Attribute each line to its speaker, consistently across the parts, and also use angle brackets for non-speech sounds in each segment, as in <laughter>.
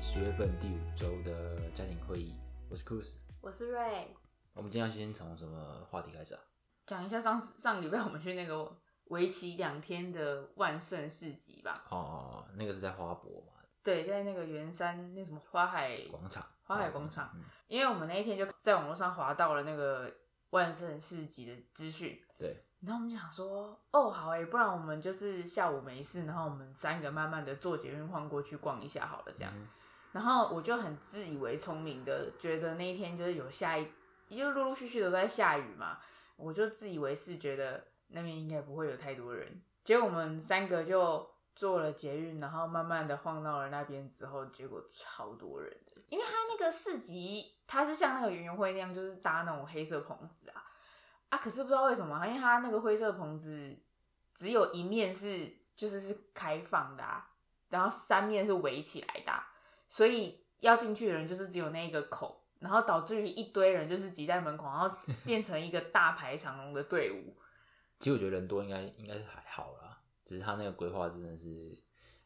Speaker 1: 十月份第五周的家庭会议，我是 Cruz。
Speaker 2: 我是瑞，
Speaker 1: 我们今天要先从什么话题开始啊？
Speaker 2: 讲一下上上礼拜我们去那个为期两天的万圣市集吧。
Speaker 1: 哦，那个是在花博嘛，
Speaker 2: 对，就在那个圆山那什么花海，
Speaker 1: 广场，
Speaker 2: 花海广场
Speaker 1: 嗯
Speaker 2: 因为我们那一天就在网络上划到了那个万圣市集的资讯，
Speaker 1: 对，
Speaker 2: 然后我们就想说，哦，好诶，不然我们就是下午没事，然后我们三个慢慢的坐捷运晃过去逛一下好了，这样。
Speaker 1: 嗯
Speaker 2: 然后我就很自以为聪明的，觉得那一天就是有下一，就陆陆续续都在下雨嘛，我就自以为是，觉得那边应该不会有太多人。结果我们三个就坐了捷运，然后慢慢的晃到了那边之后，结果超多人的，因为它那个市集，它是像那个园游会那样，就是搭那种黑色棚子啊，啊，可是不知道为什么，因为它那个灰色棚子只有一面是就是是开放的啊，然后三面是围起来的啊、所以要进去的人就是只有那一个口，然后导致于一堆人就是挤在门口，然后变成一个大排长龙的队伍。
Speaker 1: 其实我觉得人多应该应该是还好啦，只是他那个规划真的是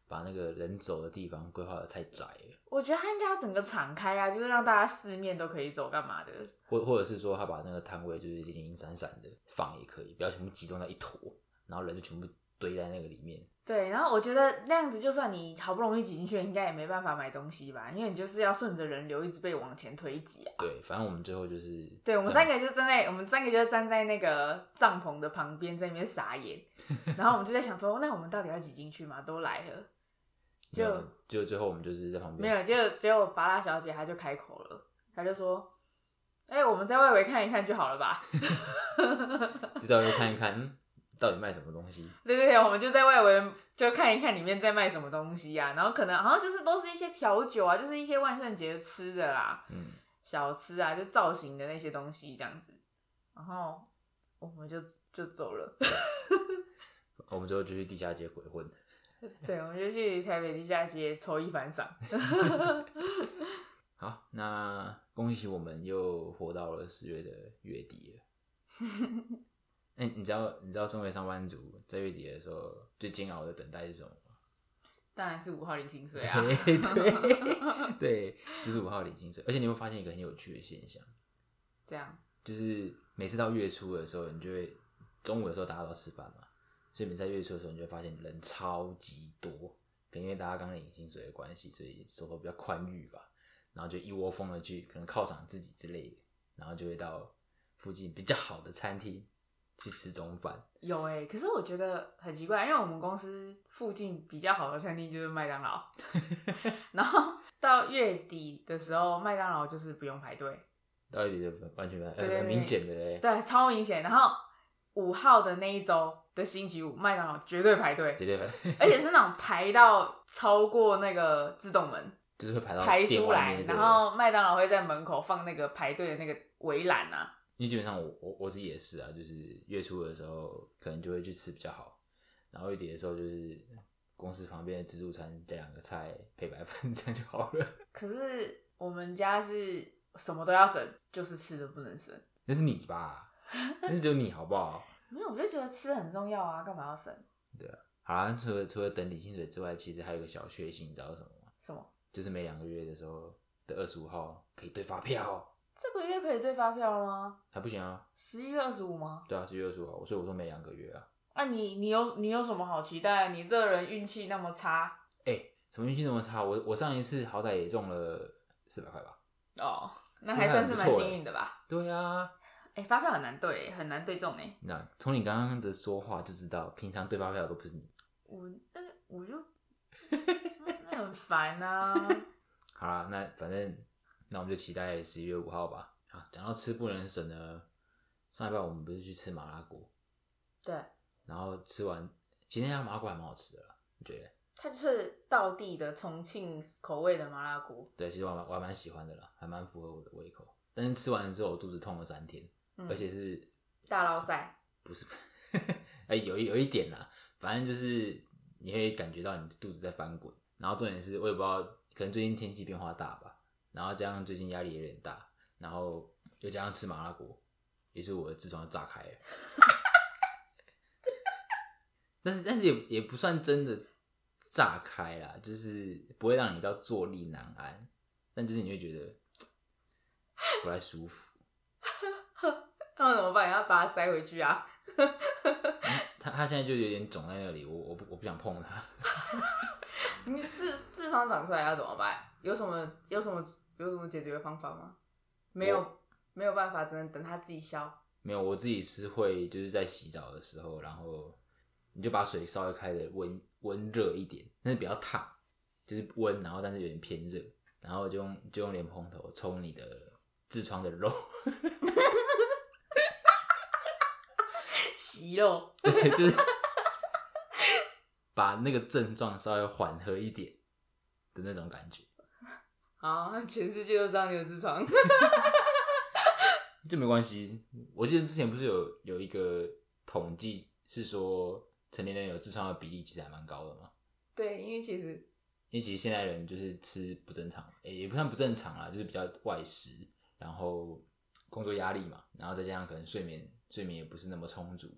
Speaker 1: 把那个人走的地方规划的太窄了，
Speaker 2: 我觉得他应该要整个敞开啊，就是让大家四面都可以走，干嘛的？
Speaker 1: 或或者是说他把那个摊位就是零零散散的放也可以，不要全部集中在一坨，然后人就全部堆在那个里面。
Speaker 2: 对，然后我觉得那样子，就算你好不容易挤进去，应该也没办法买东西吧，因为你就是要顺着人流一直被往前推挤啊。
Speaker 1: 对，反正我们最后就是
Speaker 2: 对，我们
Speaker 1: 这样
Speaker 2: 三个就站在我们三个就站在那个帐篷的旁边，在那边傻眼，然后我们就在想说，那我们到底要挤进去吗？都来了，
Speaker 1: 没有
Speaker 2: 就
Speaker 1: 就最后我们就是在旁边
Speaker 2: 没有，结果结果巴拉小姐她就开口了，她就说：“哎、我们在外围看一看就好了吧？” <laughs>
Speaker 1: <laughs> 就在外面看一看，嗯，到底卖什么东西？
Speaker 2: 对对对，我们就在外围就看一看里面在卖什么东西啊，然后可能好像就是都是一些调酒啊，就是一些万圣节吃的啦、
Speaker 1: 嗯，
Speaker 2: 小吃啊，就造型的那些东西这样子，然后我们就就走了。 <laughs>
Speaker 1: 我们最后就去地下街鬼混。
Speaker 2: 对，我们就去台北地下街抽一番赏。
Speaker 1: 好，那恭喜我们又活到了十月的月底了。 <laughs> 哎、你知道你知道身为上班族在月底的时候最煎熬的等待是什么吗？
Speaker 2: 当然是五号零薪水啊，
Speaker 1: <laughs> 对对 <laughs> 对，就是五号领薪水。而且你会发现一个很有趣的现象，
Speaker 2: 这样
Speaker 1: 就是每次到月初的时候，你就会中午的时候大家都要吃饭嘛，所以每次在月初的时候，你就会发现人超级多，可能因为大家刚领薪水的关系，所以手头比较宽裕吧，然后就一窝蜂的去可能犒赏自己之类的，然后就会到附近比较好的餐厅去吃中饭。
Speaker 2: 有哎、可是我觉得很奇怪，因为我们公司附近比较好的餐厅就是麦当劳，然后到月底的时候，麦当劳就是不用排队，
Speaker 1: 到底就完全
Speaker 2: 对对
Speaker 1: 呃很明显的嘞，
Speaker 2: 对，超明显。然后五号的那一周的星期五，麦当劳绝对排队，
Speaker 1: 绝对会
Speaker 2: 而且是那种排到超过那个自动门
Speaker 1: <laughs> 就是会排到
Speaker 2: 排
Speaker 1: 店
Speaker 2: 出
Speaker 1: 外
Speaker 2: 来
Speaker 1: 面，就对
Speaker 2: 然
Speaker 1: 了
Speaker 2: 后麦当劳会在门口放那个排队的那个围栏啊，
Speaker 1: 因为基本上我我我自己也是啊，就是月初的时候可能就会去吃比较好，然后月底的时候就是公司旁边的自助餐加两个菜配白饭 <laughs> 这样就好了。
Speaker 2: 可是我们家是什么都要省，就是吃的不能省。
Speaker 1: 那是你吧？那是只有你好不好？
Speaker 2: 没有，我就觉得吃很重要啊，干嘛要省？
Speaker 1: 好啦，除了除了等领薪水之外，其实还有一个小确幸，你知道是什么吗？
Speaker 2: 什么？
Speaker 1: 就是每两个月的时候的二十五号可以兑发票，
Speaker 2: 这个月可以兑发票了吗？
Speaker 1: 还不行啊？
Speaker 2: 十一月二十五吗？
Speaker 1: 对啊，是月二十五号，所以我说每两个月啊。
Speaker 2: 啊你，你有你有什么好期待？你这人运气那么差
Speaker 1: 哎、什么运气那么差？我我上一次好歹也中了四百块吧？
Speaker 2: 哦，那
Speaker 1: 这
Speaker 2: 还
Speaker 1: 还
Speaker 2: 算
Speaker 1: 很
Speaker 2: 是
Speaker 1: 不
Speaker 2: 蛮
Speaker 1: 错
Speaker 2: 幸
Speaker 1: 欸
Speaker 2: 运的吧？
Speaker 1: 对啊，
Speaker 2: 哎、发票很难对，很难对中哎。
Speaker 1: 那从你刚刚的说话就知道，平常对发票都不是你。
Speaker 2: 我那我 <laughs> 就那很烦啊。
Speaker 1: 好啦，那反正那我们就期待十一月五号吧。啊，讲到吃不能省呢，上一拜我们不是去吃麻辣锅，
Speaker 2: 对，
Speaker 1: 然后吃完，其实那家麻辣锅还蛮好吃的啦，你觉得？
Speaker 2: 它就是道地的重庆口味的麻辣锅。
Speaker 1: 对，其实我还蛮我还蛮喜欢的啦，还蛮符合我的胃口。但是吃完之后我肚子痛了三天，
Speaker 2: 嗯
Speaker 1: 而且是
Speaker 2: 大捞赛，
Speaker 1: 不是？ <laughs> 哎、有一有一点啦，反正就是你会感觉到你肚子在翻滚，然后重点是我也不知道，可能最近天气变化大吧，然后加上最近压力也有点大，然后又加上吃麻辣锅，于是我的痔疮就炸开了。 <laughs> 但是但是也也不算真的炸开啦，就是不会让你到坐立难安，但就是你会觉得不太舒服。
Speaker 2: 那怎么办？要把它塞回去啊！
Speaker 1: 他他现在就有点肿在那里，我我不我不想碰它。
Speaker 2: 你痔痔疮长出来要怎么办？有什么有什么有什么解决方法吗？没有，没有办法，只能等它自己消。
Speaker 1: 没有，我自己是会就是在洗澡的时候，然后你就把水稍微开的温温热一点，但是不要烫，就是温，然后但是有点偏热，然后就用就用莲蓬头冲你的痔疮的肉，
Speaker 2: 息肉，
Speaker 1: 就是把那个症状稍微缓和一点的那种感觉，
Speaker 2: 好，全世界都知道你有痔疮。
Speaker 1: 这没关系。我记得之前不是有有一个统计是说成年人有痔疮的比例其实还蛮高的嘛。
Speaker 2: 对，因为其实
Speaker 1: 因为其实现在人就是吃不正常，诶也不算不正常啦，就是比较外食，然后工作压力嘛，然后再加上可能睡眠睡眠也不是那么充足，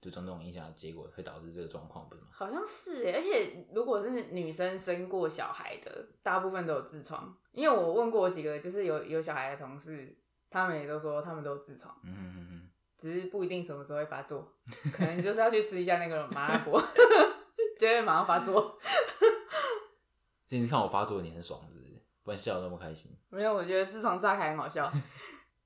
Speaker 1: 就种种影响，结果会导致这个状况，不是吗？
Speaker 2: 好像是欸耶，而且如果是女生生过小孩的，大部分都有痔疮。因为我问过我几个就是有有小孩的同事，他们也都说他们都有痔疮，
Speaker 1: 嗯嗯嗯嗯，
Speaker 2: 只是不一定什么时候会发作，可能就是要去吃一下那个麻辣锅， <laughs> 就会马上发作。
Speaker 1: 所以你是看我发作你很爽，是不是？不然笑得那么开心，
Speaker 2: 没有，我觉得痔疮炸开很好笑，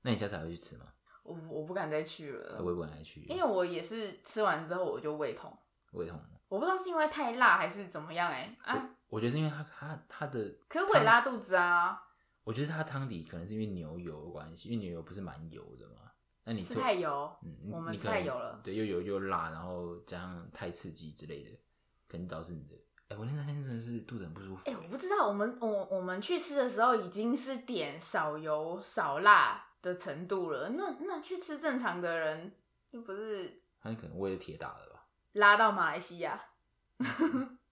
Speaker 1: 那你下次还会去吃吗？
Speaker 2: 我我不敢再去
Speaker 1: 我
Speaker 2: 了，
Speaker 1: 也不敢再去，
Speaker 2: 因为我也是吃完之后我就胃痛，
Speaker 1: 胃痛。
Speaker 2: 我不知道是因为太辣还是怎么样哎、啊，
Speaker 1: 我觉得是因为它它它的，
Speaker 2: 可是我也拉肚子啊。
Speaker 1: 我觉得它汤底可能是因为牛油的关系，因为牛油不是蛮油的嘛。那你
Speaker 2: 吃
Speaker 1: 做
Speaker 2: 太油，
Speaker 1: 嗯，
Speaker 2: 我们
Speaker 1: 你
Speaker 2: 吃
Speaker 1: 可能
Speaker 2: 太油了
Speaker 1: 对，又油又辣，然后加上太刺激之类的，可能导致你的。哎、我那三天真的是肚子很不舒服、欸
Speaker 2: 哎、我不知道，我们我我们去吃的时候已经是点少油少辣的程度了，那那去吃正常的人，就不是
Speaker 1: 他可能为了铁打的吧，
Speaker 2: 拉到马来西亚？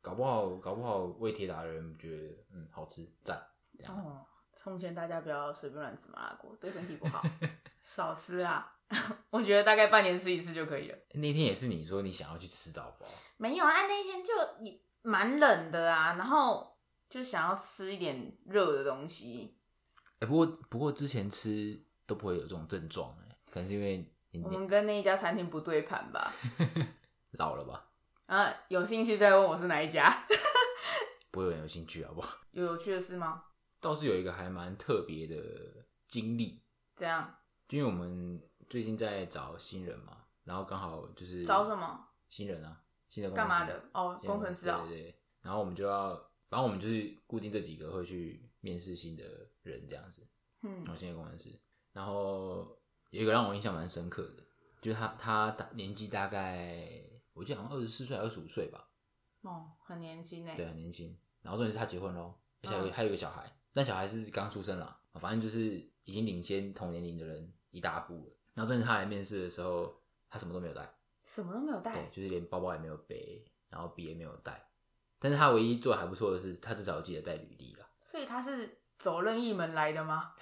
Speaker 1: 搞不好搞不好为铁打的人觉得嗯好吃赞，这样、
Speaker 2: 哦，奉劝大家不要随便乱吃麻辣锅，对身体
Speaker 1: <laughs>
Speaker 2: 不好，少吃啊！ <laughs> 我觉得大概半年吃一次就可以了。
Speaker 1: 哎那天也是你说你想要去吃到饱，
Speaker 2: 没有啊，那一天就你蛮冷的啊，然后就想要吃一点热的东西。
Speaker 1: 哎、不过不过之前吃都不会有这种症状哎、可能是因为你
Speaker 2: 我
Speaker 1: 你
Speaker 2: 们跟那一家餐厅不对盘吧？ <laughs>
Speaker 1: 老了吧，
Speaker 2: 啊，有兴趣再问我是哪一家。 <laughs>
Speaker 1: 不会有人有兴趣好不好？ <laughs>
Speaker 2: 有有趣的事吗？
Speaker 1: 倒是有一个还蛮特别的经历，
Speaker 2: 这样
Speaker 1: 就因为我们最近在找新人嘛，然后刚好就是
Speaker 2: 招什么？
Speaker 1: 新人啊，新的工程
Speaker 2: 干
Speaker 1: 师
Speaker 2: 嘛的？哦，
Speaker 1: 新的
Speaker 2: 工程师哦
Speaker 1: 对，对对。然后我们就要，反正我们就是固定这几个会去面试新的人这样子，
Speaker 2: 嗯
Speaker 1: 然，后新的工程师。然后有一个让我印象蛮深刻的，就是他他大年纪大概我记得好像二十四岁、二十五岁吧，
Speaker 2: 哦，很年轻呢。
Speaker 1: 对，很年轻。然后重点是他结婚喽，而且还有、
Speaker 2: 嗯
Speaker 1: 还有一个小孩，但小孩是刚出生啦，啊反正就是已经领先同年龄的人一大步了。然后真的他来面试的时候，他什么都没有带，
Speaker 2: 什么都没有
Speaker 1: 对，
Speaker 2: 带，
Speaker 1: 就是连包包也没有背，然后笔也没有带。但是他唯一做的还不错的是，他至少有记得带履
Speaker 2: <laughs>
Speaker 1: 历啦。
Speaker 2: 所以他是走任意门来的吗？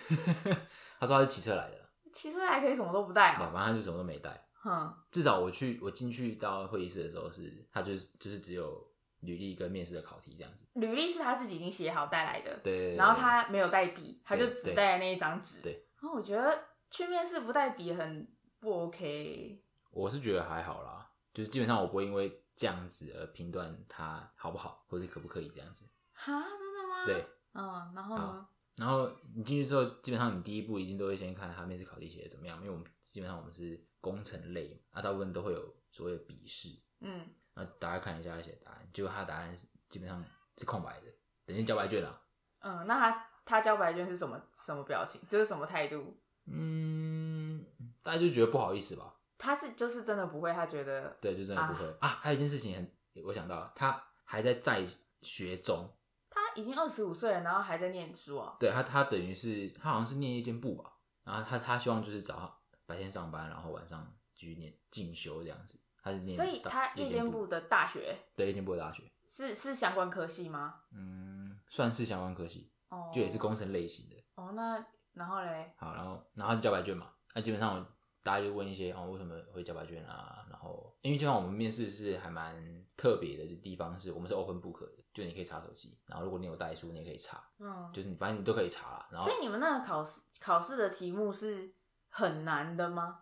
Speaker 1: 他说他是骑车来的啦，
Speaker 2: 其实还可以什么都不带
Speaker 1: 对，
Speaker 2: 哦。
Speaker 1: 反正他就什么都没带。
Speaker 2: 哼，
Speaker 1: 至少我去我进去到会议室的时候是，他就是就是只有履历跟面试的考题这样子。
Speaker 2: 履历是他自己已经写好带来的，
Speaker 1: 对对对
Speaker 2: 然后他没有带笔，他就
Speaker 1: 对
Speaker 2: 只
Speaker 1: 对
Speaker 2: 带了那一张纸。
Speaker 1: 对，
Speaker 2: 然后我觉得去面试不带笔很不 OK。
Speaker 1: 我是觉得还好啦，就是基本上我不会因为这样子而评断他好不好，或者可不可以这样子。
Speaker 2: 哈，真的吗？
Speaker 1: 对，，
Speaker 2: 嗯，然后呢？
Speaker 1: 然后你进去之后，基本上你第一步一定都会先看他面试考题写的怎么样，因为我们基本上我们是工程类嘛，啊，大部分都会有所谓的笔试，
Speaker 2: 嗯，
Speaker 1: 然后大家看一下他写的答案，结果他的答案是基本上是空白的，等于交白卷啦。
Speaker 2: 嗯，那他他交白卷是什么什么表情？就是什么态度？
Speaker 1: 嗯，大家就觉得不好意思吧？
Speaker 2: 他是就是真的不会，他觉得
Speaker 1: 对，就真的不会啊还有一件事情很，我想到了，他还在在学中，
Speaker 2: 他已经二十五岁了，然后还在念书哦。
Speaker 1: 对他，他等于是他好像是念夜间部吧，然后他他希望就是早上白天上班，然后晚上继续念进修这样子。他是念
Speaker 2: 所以
Speaker 1: 大
Speaker 2: 他夜间
Speaker 1: 间
Speaker 2: 部的大学
Speaker 1: 对夜间部的大学，
Speaker 2: 是是相关科系吗？
Speaker 1: 嗯，算是相关科系，
Speaker 2: 哦，
Speaker 1: 就也是工程类型的。
Speaker 2: 哦，那然后嘞，
Speaker 1: 好，然后然后就交白卷嘛，那、基本上我大家就问一些哦，为什么会交白卷啊？然后因为就像我们面试是还蛮特别的地方，是我们是 open book 的，就你可以查手机，然后如果你有带书，你也可以查，
Speaker 2: 嗯，
Speaker 1: 就是你反正你都可以查啦。然后
Speaker 2: 所以你们那个考试考试的题目是很难的吗？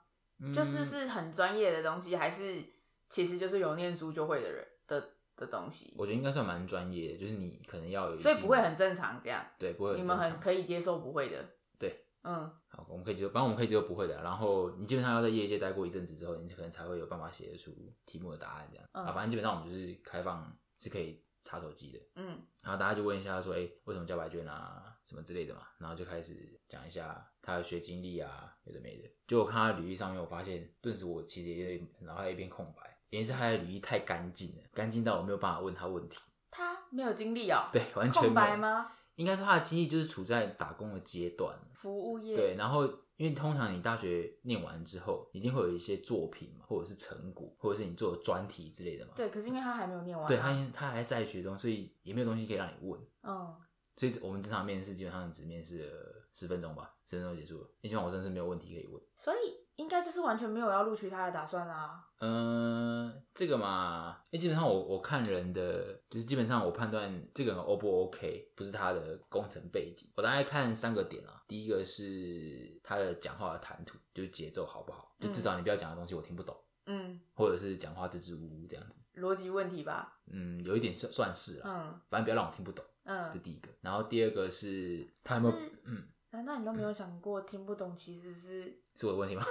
Speaker 2: 就是
Speaker 1: 嗯
Speaker 2: 是很专业的东西，还是其实就是有念书就会的人的的东西？
Speaker 1: 我觉得应该算蛮专业的，就是你可能要有一定，
Speaker 2: 所以不会很正常这样，
Speaker 1: 对，不会很
Speaker 2: 你们
Speaker 1: 正
Speaker 2: 很
Speaker 1: 常。
Speaker 2: 可以接受不会的。
Speaker 1: 对，
Speaker 2: 嗯，
Speaker 1: 好，我们可以接受，反正我们可以接受不会的啊。然后你基本上要在业界待过一阵子之后，你可能才会有办法写得出题目的答案这样。
Speaker 2: 嗯
Speaker 1: 啊，反正基本上我们就是开放是可以查手机的。
Speaker 2: 嗯，
Speaker 1: 然后大家就问一下说，哎、为什么交白卷啊，什么之类的嘛，然后就开始讲一下他的学经历啊，有的没的。就我看他的履历上面，我发现顿时我其实也脑海一片空白，原因是他的履历太干净了，干净到我没有办法问他问题，
Speaker 2: 他没有经历哦、
Speaker 1: 对，完全没有
Speaker 2: 空白？吗？
Speaker 1: 应该说他的经历就是处在打工的阶段，
Speaker 2: 服务业，
Speaker 1: 对，，然后因为通常你大学念完之后，一定会有一些作品嘛，或者是成果，或者是你做的专题之类的嘛，
Speaker 2: 对，可是因为他还没有念完、啊，
Speaker 1: 对，他他还在学中，所以也没有东西可以让你问。
Speaker 2: 嗯，
Speaker 1: 所以我们这场面试基本上只面试了十分钟吧，十分钟就结束了。因为像我真的是没有问题可以问。
Speaker 2: 所以应该就是完全没有要录取他的打算啦、啊
Speaker 1: 嗯、这个嘛，因为基本上我我看人的，就是基本上我判断这个人 O 不 OK，不是他的工程背景，我大概看三个点啊。第一个是他的讲话的谈吐，就是节奏好不好，就至少你不要讲的东西我听不懂，
Speaker 2: 嗯，
Speaker 1: 或者是讲话支支吾吾这样子。
Speaker 2: 逻辑问题吧，
Speaker 1: 嗯，有一点算算是啦，
Speaker 2: 嗯
Speaker 1: 反正不要让我听不懂，这
Speaker 2: 嗯。
Speaker 1: 第一个。然后第二个是他有没有
Speaker 2: 可是，
Speaker 1: 嗯，
Speaker 2: 难道你都没有想过听不懂其实是？ <laughs>
Speaker 1: 是我的问题吗？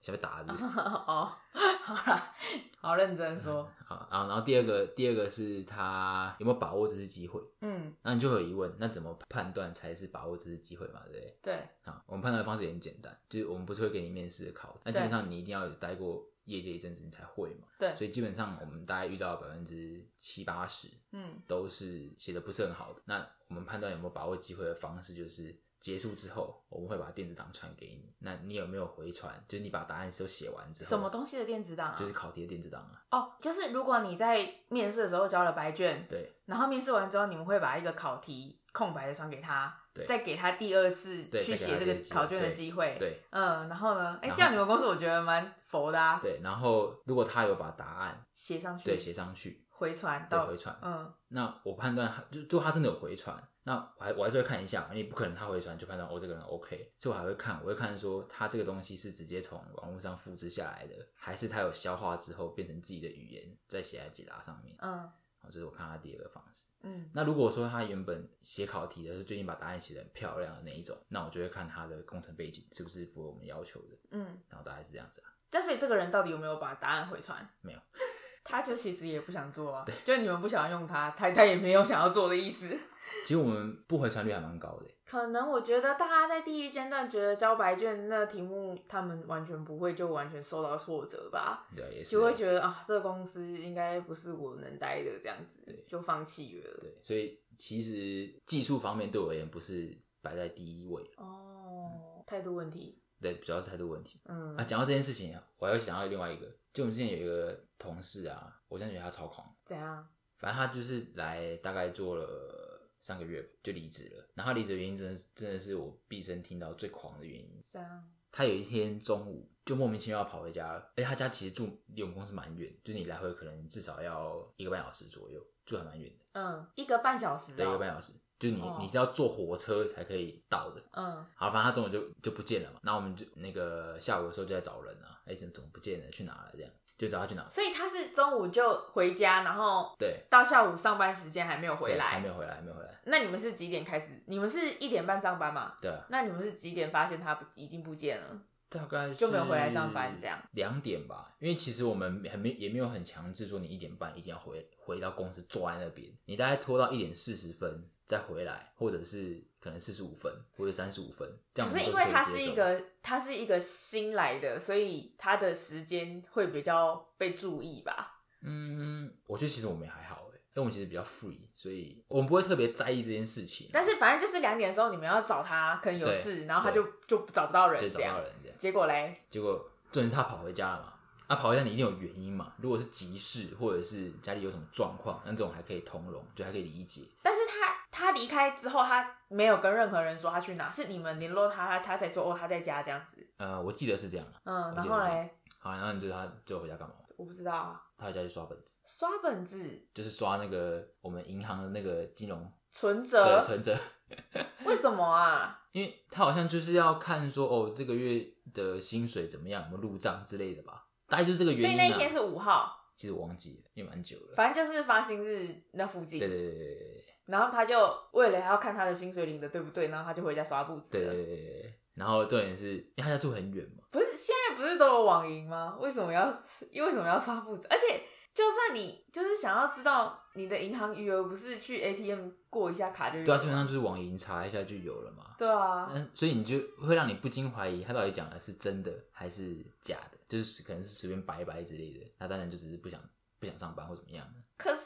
Speaker 1: 想被打是不是？
Speaker 2: 哦，好啦，好认真说，
Speaker 1: <laughs> 好，然后然后第二个第二个是他有没有把握这次机会？
Speaker 2: 嗯，
Speaker 1: 那你就会有疑问，那怎么判断才是把握这次机会嘛？对不对？
Speaker 2: 对，
Speaker 1: 啊，我们判断的方式也很简单，就是我们不是会给你面试的考，但基本上你一定要有待过业界一阵子，你才会嘛。
Speaker 2: 对
Speaker 1: 所以基本上我们大概遇到百分之七八十
Speaker 2: 嗯
Speaker 1: 都是写的不是很好的。那我们判断有没有把握机会的方式就是。结束之后，我们会把电子档传给你。那你有没有回传？就是你把答案都写完之后，
Speaker 2: 什么东西的电子档啊？
Speaker 1: 就是考题的电子档啊。
Speaker 2: 哦，就是如果你在面试的时候交了白卷，
Speaker 1: 对
Speaker 2: 然后面试完之后，你们会把一个考题空白的传给他，
Speaker 1: 对
Speaker 2: 再给他第二次
Speaker 1: 对
Speaker 2: 去
Speaker 1: 再给
Speaker 2: 写
Speaker 1: 他
Speaker 2: 这
Speaker 1: 一
Speaker 2: 个
Speaker 1: 个机会
Speaker 2: 考卷的
Speaker 1: 对
Speaker 2: 机会。
Speaker 1: 对
Speaker 2: 嗯，然后呢？哎，
Speaker 1: 然后
Speaker 2: 这样你们公司我觉得蛮佛的啊，
Speaker 1: 对，然后如果他有把答案
Speaker 2: 写上去，
Speaker 1: 对写上去，
Speaker 2: 回传
Speaker 1: 对
Speaker 2: 嗯到，
Speaker 1: 回传，
Speaker 2: 嗯
Speaker 1: 那我判断他就就他真的有回传，那我还我还是会看一下，你不可能他回传就判断哦这个人 OK，所以我还会看，我会看说他这个东西是直接从网络上复制下来的，还是他有消化之后变成自己的语言再写在解答上面，
Speaker 2: 嗯
Speaker 1: 好，这是我看他第二个方式。
Speaker 2: 嗯，
Speaker 1: 那如果说他原本写考题的是最近把答案写的很漂亮的那一种，那我就会看他的工程背景是不是符合我们要求的，
Speaker 2: 嗯，
Speaker 1: 然后大概是这样子啊。
Speaker 2: 但所以这个人到底有没有把答案回传？
Speaker 1: 没有，
Speaker 2: 他就其实也不想做啊，就你们不想用他，他他也没有想要做的意思。
Speaker 1: 其实我们不回传率还蛮高的，欸
Speaker 2: 可能我觉得大家在第一阶段觉得交白卷那题目他们完全不会，就完全受到挫折吧，
Speaker 1: 对，也是
Speaker 2: 就会觉得啊，这个公司应该不是我能待的，这样子就放弃了。
Speaker 1: 对，所以其实技术方面对我而言不是摆在第一位，
Speaker 2: 哦，态度问题，
Speaker 1: 对，主要是态度问题
Speaker 2: 嗯
Speaker 1: 啊。，讲到这件事情，我还要想到另外一个，就我们之前有一个同事啊，我真的觉得他超狂，
Speaker 2: 怎样？
Speaker 1: 反正他就是来大概做了三个月就离职了，然后他离职的原因真的是真的是我毕生听到最狂的原因。
Speaker 2: 这样，
Speaker 1: 他有一天中午就莫名其妙跑回家了，而且他家其实住离我们公司蛮远，就是你来回可能至少要一个半小时左右，住还蛮远的，
Speaker 2: 嗯，一个半小时、哦，
Speaker 1: 对，一个半小时，就是你
Speaker 2: 哦
Speaker 1: 你是要坐火车才可以到的。
Speaker 2: 嗯
Speaker 1: 好，反正他中午就就不见了嘛。然后我们就那个下午的时候就在找人啊，哎、怎么怎么不见了？去哪了？这样就找他去哪，？
Speaker 2: 所以他是中午就回家，然后
Speaker 1: 对，
Speaker 2: 到下午上班时间还没有回
Speaker 1: 对还
Speaker 2: 来
Speaker 1: 没。有回来，还没有回来。
Speaker 2: 那你们是几点开始？你们是一点半上班嘛？
Speaker 1: 对啊，
Speaker 2: 那你们是几点发现他不已经不见了？
Speaker 1: 大概
Speaker 2: 就没有回来上班这样。
Speaker 1: 两点吧，因为其实我们很没也没有很强制说你一点半一定要回回到公司坐在那边，你大概拖到一点四十分再回来，或者是可能四十五分或者三十五分这样
Speaker 2: 可
Speaker 1: 我们
Speaker 2: 是
Speaker 1: 都
Speaker 2: 因
Speaker 1: 可以
Speaker 2: 为
Speaker 1: 接受的。
Speaker 2: 他是一个他是一个新来的，所以他的时间会比较被注意吧。
Speaker 1: 嗯，我觉得其实我们也还好哎、因为我们其实比较 free，所以我们不会特别在意这件事情。
Speaker 2: 但是反正就是两点的时候你们要找他，可能有
Speaker 1: 对
Speaker 2: 事，然后他就就找不到人
Speaker 1: 就
Speaker 2: 这
Speaker 1: 找
Speaker 2: 样
Speaker 1: 到。人这样。
Speaker 2: 结果嘞，
Speaker 1: 结果重点是他跑回家了嘛，他、跑回家你一定有原因嘛，如果是急事或者是家里有什么状况，那这种还可以通融，就还可以理解。
Speaker 2: 但是他他离开之后，他没有跟任何人说他去哪，是你们联络他，他他才说哦他在家这样子。
Speaker 1: 呃，我记得是这样啊。
Speaker 2: 嗯，
Speaker 1: 我
Speaker 2: 然
Speaker 1: 记得
Speaker 2: 后
Speaker 1: 是
Speaker 2: 嘞，
Speaker 1: 好，然后你就他就回家干嘛？
Speaker 2: 我不知道啊，
Speaker 1: 他回家去刷本子，
Speaker 2: 刷本子、
Speaker 1: 就是刷那个我们银行的那个金融
Speaker 2: 存
Speaker 1: 的
Speaker 2: 折，
Speaker 1: 存折， <laughs>
Speaker 2: 为什么啊？
Speaker 1: 因为他好像就是要看说哦这个月的薪水怎么样，有没有入账之类的吧，大概就是这个
Speaker 2: 所
Speaker 1: 原
Speaker 2: 以
Speaker 1: 因、
Speaker 2: 那
Speaker 1: 啊。
Speaker 2: 一天是五号，
Speaker 1: 其实我忘记了，也蛮久了。
Speaker 2: 反正就是发薪日那附近。
Speaker 1: 对对对对
Speaker 2: 然后他就为了要看他的薪水领的对不对，然后他就回家刷簿子
Speaker 1: 对对
Speaker 2: 了。
Speaker 1: 对对对。然后重点是，因为他家住很远嘛，
Speaker 2: 不是现在不是都有网银吗？为什么要 <laughs> 因为什么要刷簿子？而且就算你就是想要知道你的银行余额，不是去 ATM 过一下卡就有
Speaker 1: 对啊，
Speaker 2: 了
Speaker 1: 基本上就是网银查一下就有了嘛。
Speaker 2: 对啊，
Speaker 1: 嗯，所以你就会让你不禁怀疑他到底讲的是真的还是假的，就是可能是随便摆一摆之类的。他当然就只是不想不想上班或怎么样的，
Speaker 2: 可是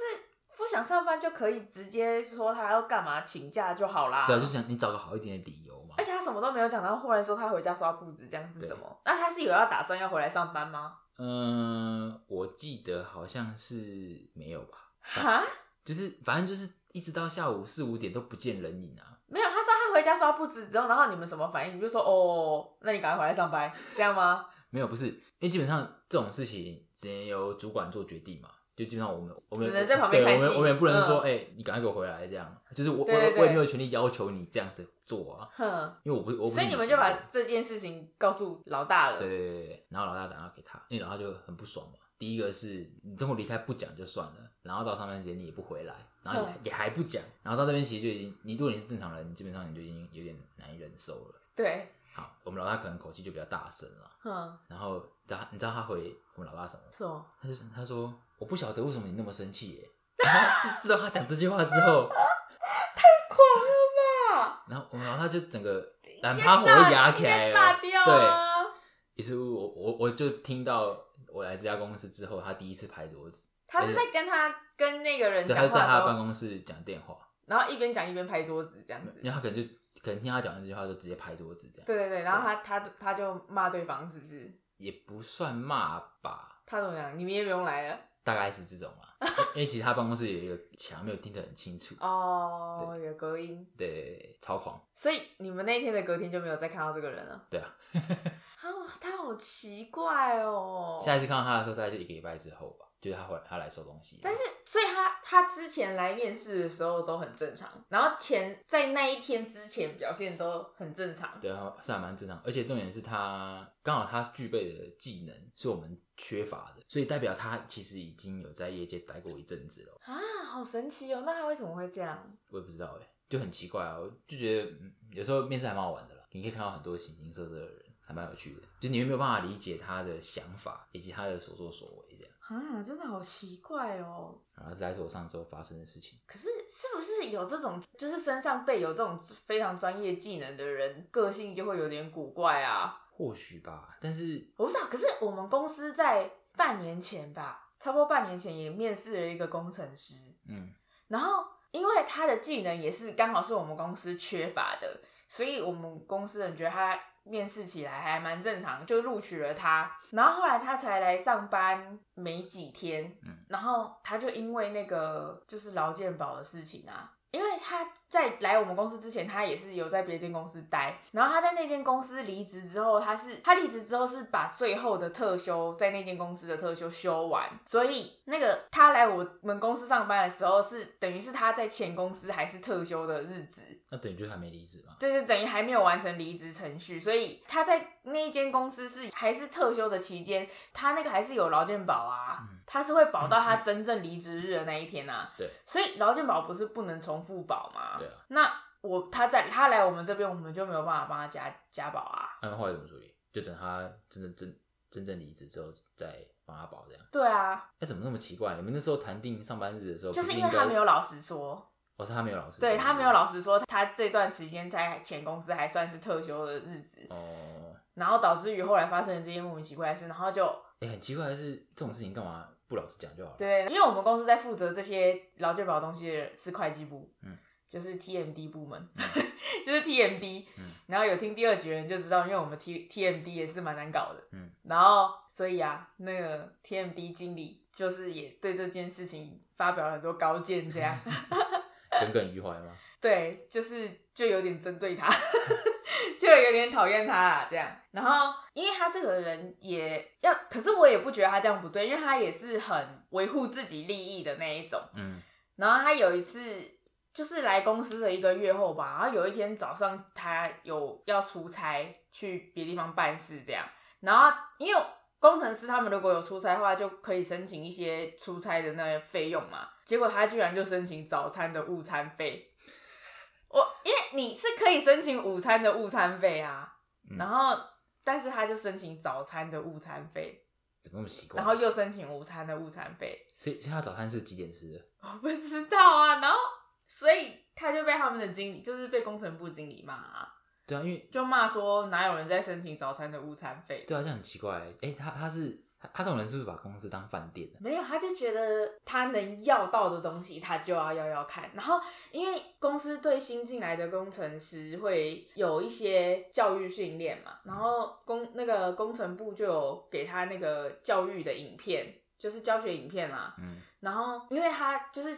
Speaker 2: 不想上班就可以直接说他要干嘛请假就好啦。
Speaker 1: 对啊，就想你找个好一点的理由嘛
Speaker 2: 而。且他什么都没有讲，然后忽然说他回家刷簿子，这样是什么？那他是有要打算要回来上班吗？
Speaker 1: 嗯，我记得好像是没有吧，
Speaker 2: 哈，
Speaker 1: 就是反正就是一直到下午四五点都不见人影啊。
Speaker 2: 没有，他说他回家刷簿子之后，然后你们什么反应？你就说哦，那你赶快回来上班，这样吗？
Speaker 1: 没有，不是，因为基本上这种事情只能由主管做决定嘛，就基本上我们我们
Speaker 2: 只能在旁边
Speaker 1: 对
Speaker 2: 看
Speaker 1: 我们
Speaker 2: 戏
Speaker 1: 我们也不能说
Speaker 2: 嗯
Speaker 1: 哎、你赶快给我回来这样，就是我
Speaker 2: 对对
Speaker 1: 我我也
Speaker 2: 对
Speaker 1: 没有权利要求你这样子做啊，
Speaker 2: 哼，
Speaker 1: 因为我不我不是
Speaker 2: 所以你们就把这件事情告诉老大了。
Speaker 1: 对对对对，然后老大打电话给他，因为老大就很不爽嘛。第一个是你中午离开不讲就算了，然后到上班时间你也不回来，然后也、
Speaker 2: 嗯
Speaker 1: 也还不讲，然后到这边其实就已经，你如果你是正常人，基本上你就已经有点难以忍受了。
Speaker 2: 对，
Speaker 1: 好，我们老大可能口气就比较大声了，
Speaker 2: 哼，
Speaker 1: 然后你知道他你知道他回我们老大什么吗？
Speaker 2: 是哦，
Speaker 1: 他就他说我不晓得为什么你那么生气耶。然后就知道他讲这句话之后，
Speaker 2: 狂了吧？
Speaker 1: 然后我们老大就整个懒趴火都压起来了，
Speaker 2: 应该炸掉
Speaker 1: 对，
Speaker 2: 啊！
Speaker 1: 于是乎我我我就听到我来这家公司之后，他第一次拍桌子，
Speaker 2: 他是在跟他跟那个人
Speaker 1: 对，
Speaker 2: 讲
Speaker 1: 他
Speaker 2: 话
Speaker 1: 就在他的
Speaker 2: 的时
Speaker 1: 办
Speaker 2: 候，
Speaker 1: 公室讲电话，
Speaker 2: 然后一边讲一边拍桌子这样子。
Speaker 1: 然后他可能就可能听他讲完这句话就直接拍桌子这样，
Speaker 2: 对对对，然后他他他就骂对方是不是？
Speaker 1: 也不算骂吧，
Speaker 2: 他怎么讲？你们也不用来了
Speaker 1: 大概是这种啦。 <laughs> 因为其实他办公室有一个墙没有听得很清楚，
Speaker 2: 哦，有隔音，
Speaker 1: 对，超狂，
Speaker 2: 所以你们那天的隔天就没有再看到这个人了。
Speaker 1: 对啊。
Speaker 2: 他他好奇怪哦。
Speaker 1: 下一次看到他的时候，大概就一个礼拜之后吧，就是他回来他来收东西，
Speaker 2: 但是，所以他他之前来面试的时候都很正常，然后前在那一天之前表现都很正常。
Speaker 1: 对啊，是还蛮正常。而且重点是他刚好他具备的技能是我们缺乏的，所以代表他其实已经有在业界待过一阵子了。
Speaker 2: 啊，好神奇哦！那他为什么会这样？
Speaker 1: 我也不知道哎、就很奇怪啊，我就觉得、嗯、有时候面试还蛮好玩的啦，你可以看到很多形形色色的人，还蛮有趣的。就你有没有办法理解他的想法以及他的所作所为这样。
Speaker 2: 啊，真的好奇怪哦。
Speaker 1: 然后这才是我上周发生的事情。
Speaker 2: 可是，是不是有这种，就是身上备有这种非常专业技能的人，个性就会有点古怪啊？
Speaker 1: 或许吧，但是
Speaker 2: 我不知道，可是我们公司在半年前吧，差不多半年前也面试了一个工程师，
Speaker 1: 嗯，
Speaker 2: 然后因为他的技能也是刚好是我们公司缺乏的，所以我们公司人觉得他面试起来还蛮正常，就录取了他。然后后来他才来上班没几天，
Speaker 1: 嗯
Speaker 2: 然后他就因为那个就是劳健保的事情啊。因为他在来我们公司之前，他也是有在别间公司待，然后他在那间公司离职之后，他是他离职之后是把最后的特休在那间公司的特休休完，所以那个他来我们公司上班的时候是等于是他在前公司还是特休的日子，
Speaker 1: 那等于就是还没离职嘛。
Speaker 2: 就是等于还没有完成离职程序，所以他在那一间公司是还是特休的期间，他那个还是有劳健保啊，他是会保到他真正离职日的那一天啊。
Speaker 1: 嗯对，
Speaker 2: 所以劳健保不是不能重复保吗？
Speaker 1: 对啊。
Speaker 2: 那我他在他来我们这边，我们就没有办法帮他加加保啊。
Speaker 1: 那、后来怎么处理？就等他真的真真正离职之后再帮他保这样。
Speaker 2: 对啊，
Speaker 1: 哎、怎么那么奇怪？你们那时候谈定上班日的时候，
Speaker 2: 就是
Speaker 1: 不
Speaker 2: 因为
Speaker 1: 哦应该
Speaker 2: 他没有，老实说，
Speaker 1: 我、哦、是他没有老师，
Speaker 2: 对他没有老实说，他这段时间在前公司还算是特休的日子，
Speaker 1: 哦。
Speaker 2: 然后导致于后来发生了这些莫名其怪的事，然后就
Speaker 1: 哎、很奇怪的是，这种事情干嘛不老实讲就好了？
Speaker 2: 对，因为我们公司在负责这些劳健保的东西的是会计部，
Speaker 1: 嗯，
Speaker 2: 就是 TMD 部门，就是 TMD、
Speaker 1: 嗯
Speaker 2: 然后有听第二集的人就知道，因为我们 T TMD 也是蛮难搞的，
Speaker 1: 嗯，
Speaker 2: 然后所以啊，那个
Speaker 1: <laughs>
Speaker 2: TMD 经理就是也对这件事情发表了很多高见，这样。
Speaker 1: 耿耿于怀吗？
Speaker 2: 对，就是就有点针对他， <laughs> 就有点讨厌他啦，这样。然后，因为他这个人也要，可是我也不觉得他这样不对，因为他也是很维护自己利益的那一种。
Speaker 1: 嗯，
Speaker 2: 然后他有一次就是来公司的一个月后吧，然后有一天早上他有要出差去别地方办事这样，然后因为工程师他们如果有出差的话，就可以申请一些出差的那些费用嘛。结果他居然就申请早餐的午餐费，我因为你是可以申请午餐的午餐费啊，
Speaker 1: 嗯
Speaker 2: 然后但是他就申请早餐的午餐费，
Speaker 1: 怎么那么奇怪？
Speaker 2: 然后又申请午餐的午餐费，
Speaker 1: 所以所以他早餐是几点吃的？
Speaker 2: 我 <laughs> 不知道啊，然后所以他就被他们的经理，就是被工程部经理骂、啊，
Speaker 1: 对啊，因为
Speaker 2: 就骂说哪有人在申请早餐的午餐费？
Speaker 1: 对啊，这样很奇怪。哎、他他是他他这种人是不是把公司当饭店的、
Speaker 2: 没有，他就觉得他能要到的东西，他就要要要看。然后，因为公司对新进来的工程师会有一些教育训练嘛，然后工那个工程部就有给他那个教育的影片，就是教学影片啊啦。
Speaker 1: 嗯，
Speaker 2: 然后因为他就是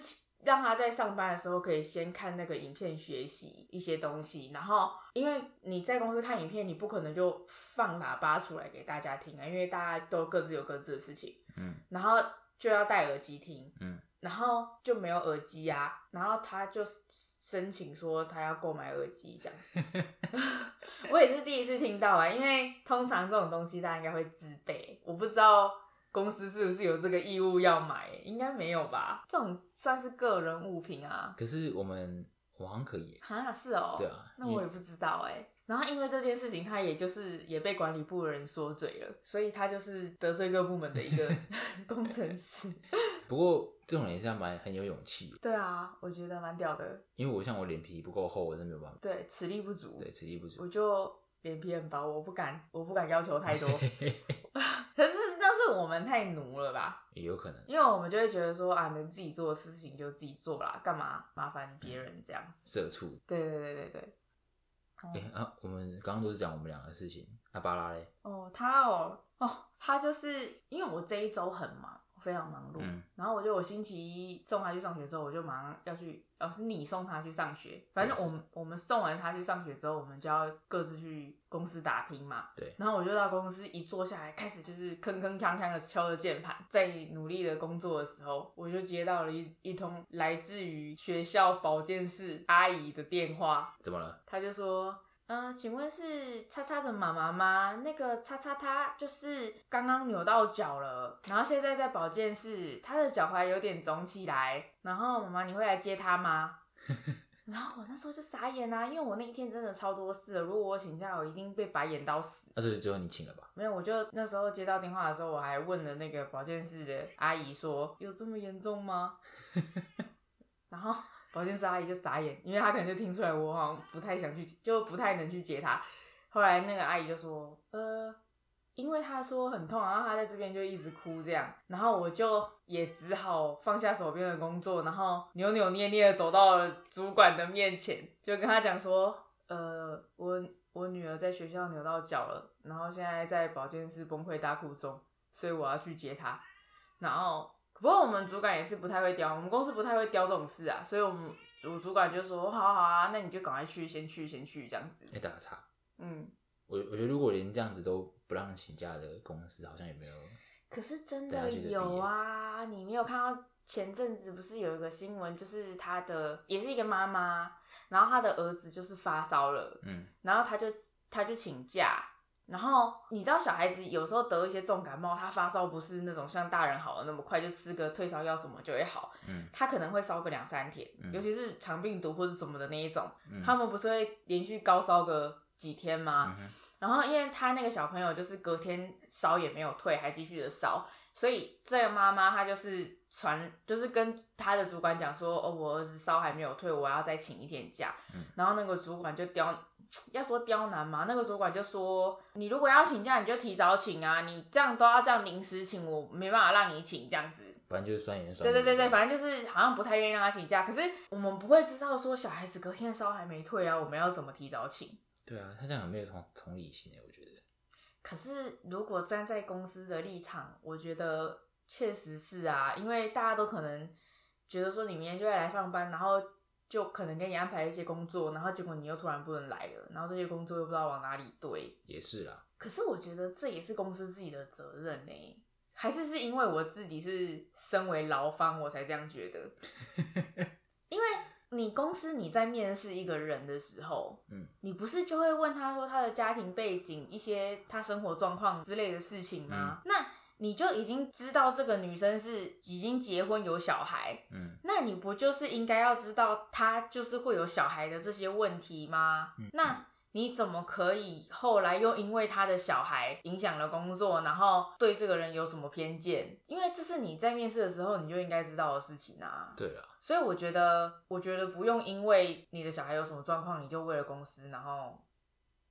Speaker 2: 让他在上班的时候可以先看那个影片学习一些东西，然后因为你在公司看影片，你不可能就放喇叭出来给大家听啊，因为大家都各自有各自的事情，
Speaker 1: 嗯，
Speaker 2: 然后就要戴耳机听，
Speaker 1: 嗯。
Speaker 2: 然后就没有耳机啊，然后他就申请说他要购买耳机这样子， <laughs> 我也是第一次听到啊、因为通常这种东西大家应该会自备，我不知道公司是不是有这个义务要买、应该没有吧？这种算是个人物品啊，
Speaker 1: 可是我们我好像可以耶、
Speaker 2: 哈是哦、
Speaker 1: 对啊
Speaker 2: 那
Speaker 1: 因为
Speaker 2: 我也不知道哎、然后因为这件事情，他也就是也被管理部的人说嘴了，所以他就是得罪各部门的一个 <laughs> 工程师。
Speaker 1: 不过这种人也是要蛮很有勇气的，
Speaker 2: 对啊，我觉得蛮屌的，
Speaker 1: 因为我像我脸皮不够厚，我真没有办法，
Speaker 2: 对，实力不足，
Speaker 1: 对，吃力不足
Speaker 2: 我。就脸皮很薄，我不敢，我不敢要求太多。可是那是我们太奴了吧？
Speaker 1: <laughs> 也有可能。
Speaker 2: 因为我们就会觉得说啊，能自己做的事情就自己做啦，干嘛麻烦别人这样子？
Speaker 1: 社畜。
Speaker 2: 对对对对对。哦
Speaker 1: 哎、啊，我们刚刚都是讲我们两个事情。阿巴拉嘞，
Speaker 2: 哦，他哦哦，他就是因为我这一周很忙，我非常忙碌，
Speaker 1: 嗯
Speaker 2: 然后我就我星期一送他去上学之后，我就马上要去，哦，是你送他去上学，反正
Speaker 1: 对
Speaker 2: 我们我们送完他去上学之后，我们就要各自去公司打拼嘛。
Speaker 1: 对，
Speaker 2: 然后我就到公司一坐下来，开始就是吭吭锵锵的敲着键盘，在努力的工作的时候，我就接到了一一通来自于学校保健室阿姨的电话，
Speaker 1: 怎么了？
Speaker 2: 他就说：“嗯、请问是叉叉的妈妈吗？那个叉叉她就是刚刚扭到脚了，然后现在在保健室，她的脚踝有点肿起来，然后妈妈你会来接她吗？” <laughs> 然后我那时候就傻眼啊啦、因为我那一天真的超多事的，如果我请假，我一定被白眼到死。
Speaker 1: 那、啊、所以最后你请了吧？
Speaker 2: 没有，我就那时候接到电话的时候，我还问了那个保健室的阿姨说：“有这么严重吗？” <laughs> 然后保健室阿姨就傻眼，因为她可能就听出来我好像不太想去，就不太能去接她。后来那个阿姨就说：“呃，因为她说很痛，然后她在这边就一直哭这样。”然后我就也只好放下手边的工作，然后扭扭捏捏的走到了主管的面前，就跟他讲说：“呃，我我女儿在学校扭到脚了，然后现在在保健室崩溃大哭中，所以我要去接她。然后，不过我们主管也是不太会刁，我们公司不太会刁这种事啊，所以我们主主管就说：好啊好啊，那你就赶快去，先去先去这样子
Speaker 1: 哎、。打个岔。
Speaker 2: 嗯，
Speaker 1: 我我觉得如果连这样子都不让请假的公司，好像也没有。
Speaker 2: 可是真
Speaker 1: 对啊
Speaker 2: 的
Speaker 1: 就是
Speaker 2: 有啊，你没有看到前阵子不是有一个新闻，就是她的也是一个妈妈，然后她的儿子就是发烧了，
Speaker 1: 嗯，
Speaker 2: 然后他就他就请假。然后你知道小孩子有时候得一些重感冒，他发烧不是那种像大人好了那么快，就吃个退烧药什么就会好，
Speaker 1: 嗯
Speaker 2: 他可能会烧个两三天，
Speaker 1: 嗯
Speaker 2: 尤其是肠病毒或者什么的那一种，
Speaker 1: 嗯
Speaker 2: 他们不是会连续高烧个几天吗？
Speaker 1: 嗯哼
Speaker 2: 然后因为他那个小朋友就是隔天烧也没有退，还继续的烧，所以这个妈妈她就是传，就是跟她的主管讲说，哦，我儿子烧还没有退，我要再请一天假。
Speaker 1: 嗯
Speaker 2: 然后那个主管就刁，要说刁难嘛，那个主管就说，你如果要请假，你就提早请啊，你这样都要这样临时请，我没办法让你请这样子。
Speaker 1: 反正就是酸言酸
Speaker 2: 对
Speaker 1: 语。
Speaker 2: 对对对，反正就是好像不太愿意让他请假，可是我们不会知道说小孩子隔天烧还没退啊，我们要怎么提早请？
Speaker 1: 对啊，他这样很没有同同理心哎，我觉得。
Speaker 2: 可是如果站在公司的立场，我觉得确实是啊，因为大家都可能觉得说你明天就会来上班，然后就可能给你安排一些工作，然后结果你又突然不能来了，然后这些工作又不知道往哪里堆。
Speaker 1: 也是啦，
Speaker 2: 可是我觉得这也是公司自己的责任呢、还是是因为我自己是身为劳方，我才这样觉得。因为你公司你在面试一个人的时候，
Speaker 1: 嗯，
Speaker 2: 你不是就会问他说他的家庭背景、一些他生活状况之类的事情吗？那你就已经知道这个女生是已经结婚有小孩，
Speaker 1: 嗯，
Speaker 2: 那你不就是应该要知道他就是会有小孩的这些问题吗？那你怎么可以后来又因为他的小孩影响了工作，然后对这个人有什么偏见？因为这是你在面试的时候你就应该知道的事情啊。
Speaker 1: 对啦，
Speaker 2: 所以我觉得，我觉得不用因为你的小孩有什么状况，你就为了公司，然后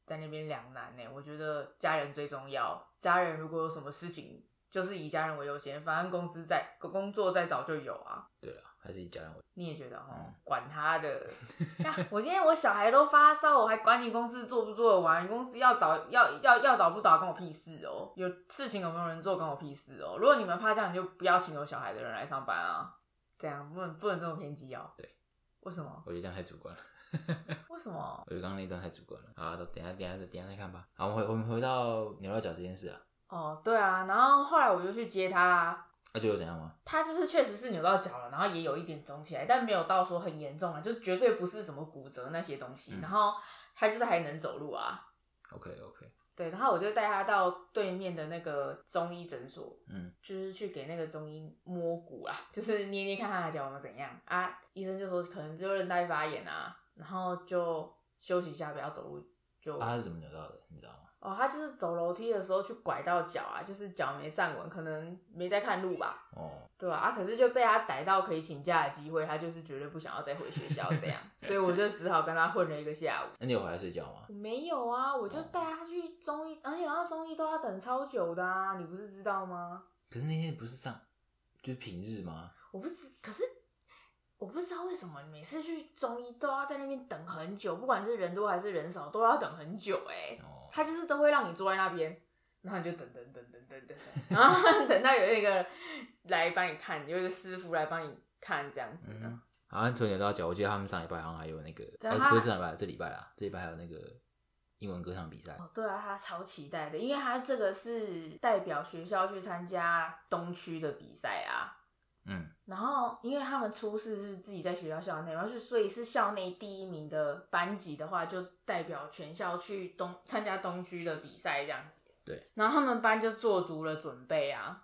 Speaker 2: 在那边两难呢、欸我觉得家人最重要，家人如果有什么事情，就是以家人为优先，反正公司在工作再找就有啊。
Speaker 1: 对啦，还是以家人为
Speaker 2: 你也觉得哦
Speaker 1: 嗯，
Speaker 2: 管
Speaker 1: <laughs>
Speaker 2: 他的。那我今天我小孩都发烧，我还管你公司做不做得完？你公司要倒要要要倒不倒，关我屁事哦。有事情有没有人做，关我屁事哦。如果你们怕这样，你就不要请有小孩的人来上班啊。这样不能不能这么偏激哦。
Speaker 1: 对，
Speaker 2: 为什么？
Speaker 1: 我觉得这样太主观了，
Speaker 2: 为什么？
Speaker 1: 我觉得刚刚那一段太主观了。好啊，等一下等一下等一下再看吧。好，我们回我们回到牛肉饺这件事啊，
Speaker 2: 哦，对啊。然后后来我就去接他啦。
Speaker 1: 那啊就有怎样吗？
Speaker 2: 他就是确实是扭到脚了，然后也有一点肿起来，但没有到说很严重啊，就是绝对不是什么骨折那些东西。
Speaker 1: 嗯
Speaker 2: 然后他就是还能走路啊。
Speaker 1: OK OK，
Speaker 2: 对，然后我就带他到对面的那个中医诊所，
Speaker 1: 嗯，
Speaker 2: 就是去给那个中医摸骨啦， <laughs> 就是捏捏看他的脚有没有怎样啊。医生就说可能就韧带发炎啊，然后就休息一下，不要走路。就、
Speaker 1: 啊，他是怎么扭到的？你知道吗？
Speaker 2: 哦，他就是走楼梯的时候去拐到脚啊，就是脚没站稳，可能没在看路吧，
Speaker 1: 哦，
Speaker 2: 对吧、啊？可是就被他逮到可以请假的机会，他就是绝对不想要再回学校这样，所以我就只好跟他混了一个下午。
Speaker 1: 那你有回来睡觉吗？
Speaker 2: 我没有啊，我就带他去中医，而且他中医都要等超久的啊，你不是知道吗？
Speaker 1: 可是那天不是上，就是平日吗？
Speaker 2: 我不知，可是我不知道为什么每次去中医都要在那边等很久，不管是人多还是人少，都要等很久哎、
Speaker 1: 哦，
Speaker 2: 他就是都会让你坐在那边，然后你就等等等等等等， <laughs> 然后等到有一个来帮你看，有一个师傅来帮你看这样子的。
Speaker 1: 嗯，好像从扭到脚，我记得他们上礼拜好像还有那个，
Speaker 2: 对
Speaker 1: 啊
Speaker 2: 他
Speaker 1: 不是上礼拜，这礼拜啦，这礼拜还有那个英文歌唱比赛。
Speaker 2: 哦，对啊，他超期待的，因为他这个是代表学校去参加东区的比赛啊。
Speaker 1: 嗯，
Speaker 2: 然后，因为他们初试是自己在学校校内，然后是所以是校内第一名的班级的话，就代表全校去东参加东区的比赛这样子。
Speaker 1: 对。
Speaker 2: 然后他们班就做足了准备啊，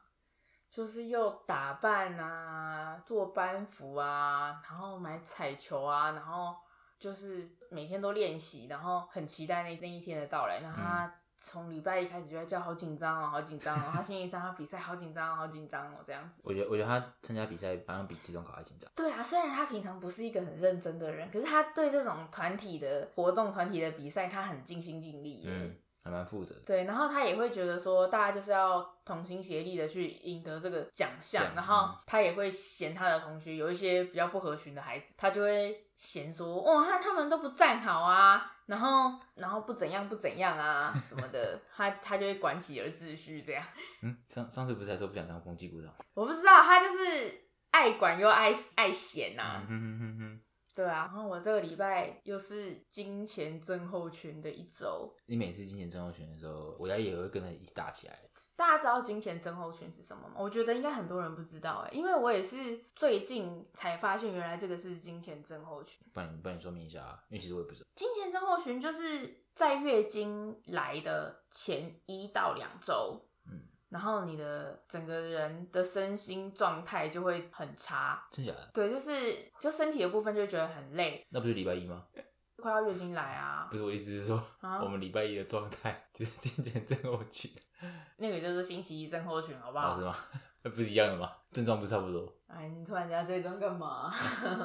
Speaker 2: 就是又打扮啊，做班服啊，然后买彩球啊，然后就是每天都练习，然后很期待那那一天的到来。那他从礼拜一开始就在叫好紧张哦，好紧张哦，他星期三他比赛好紧张哦，好紧张哦，这样子。
Speaker 1: 我觉得我觉得他参加比赛好像比期中考还紧张。
Speaker 2: 对啊，虽然他平常不是一个很认真的人，可是他对这种团体的活动、团体的比赛，他很尽心尽力耶。
Speaker 1: 嗯，还蛮负责的。
Speaker 2: 对，然后他也会觉得说，大家就是要同心协力的去赢得这个奖项
Speaker 1: 奖，嗯
Speaker 2: 然后他也会嫌他的同学有一些比较不合群的孩子，他就会嫌说，哇，他他们都不站好啊，然后然后不怎样不怎
Speaker 1: <laughs>
Speaker 2: 样啊什么的，他他就会管起而秩序这样。
Speaker 1: 嗯，上上次不是还说不想当风纪股长？
Speaker 2: 我不知道，他就是爱管又爱爱啊嫌呐、
Speaker 1: 嗯哼哼哼哼，
Speaker 2: 对啊，然后我这个礼拜又是金钱症候群的一周。
Speaker 1: 你每次今年中候选的时候，我家也会跟他一起打起来。
Speaker 2: 大家知道金钱症候群是什么吗？我觉得应该很多人不知道哎、因为我也是最近才发现，原来这个是金钱症候群。
Speaker 1: 不然你不然你说明一下啊，因为其实我也不知道。
Speaker 2: 金钱症候群就是在月经来的前一到两周，
Speaker 1: 嗯，
Speaker 2: 然后你的整个人的身心状态就会很差，
Speaker 1: 真假的？
Speaker 2: 对，就是就身体的部分就会觉得很累，
Speaker 1: 那不是礼拜一吗？
Speaker 2: 快要月经来啊
Speaker 1: 不，是我意思是说，
Speaker 2: 啊
Speaker 1: 我们礼拜一的状态就是今年症候群，
Speaker 2: 那个就是星期一症候群，好不好？
Speaker 1: 啊是吗？ <laughs> 那不是一样的吗？症状不是差不多？
Speaker 2: 哎，你突然加这一段干嘛？ <laughs>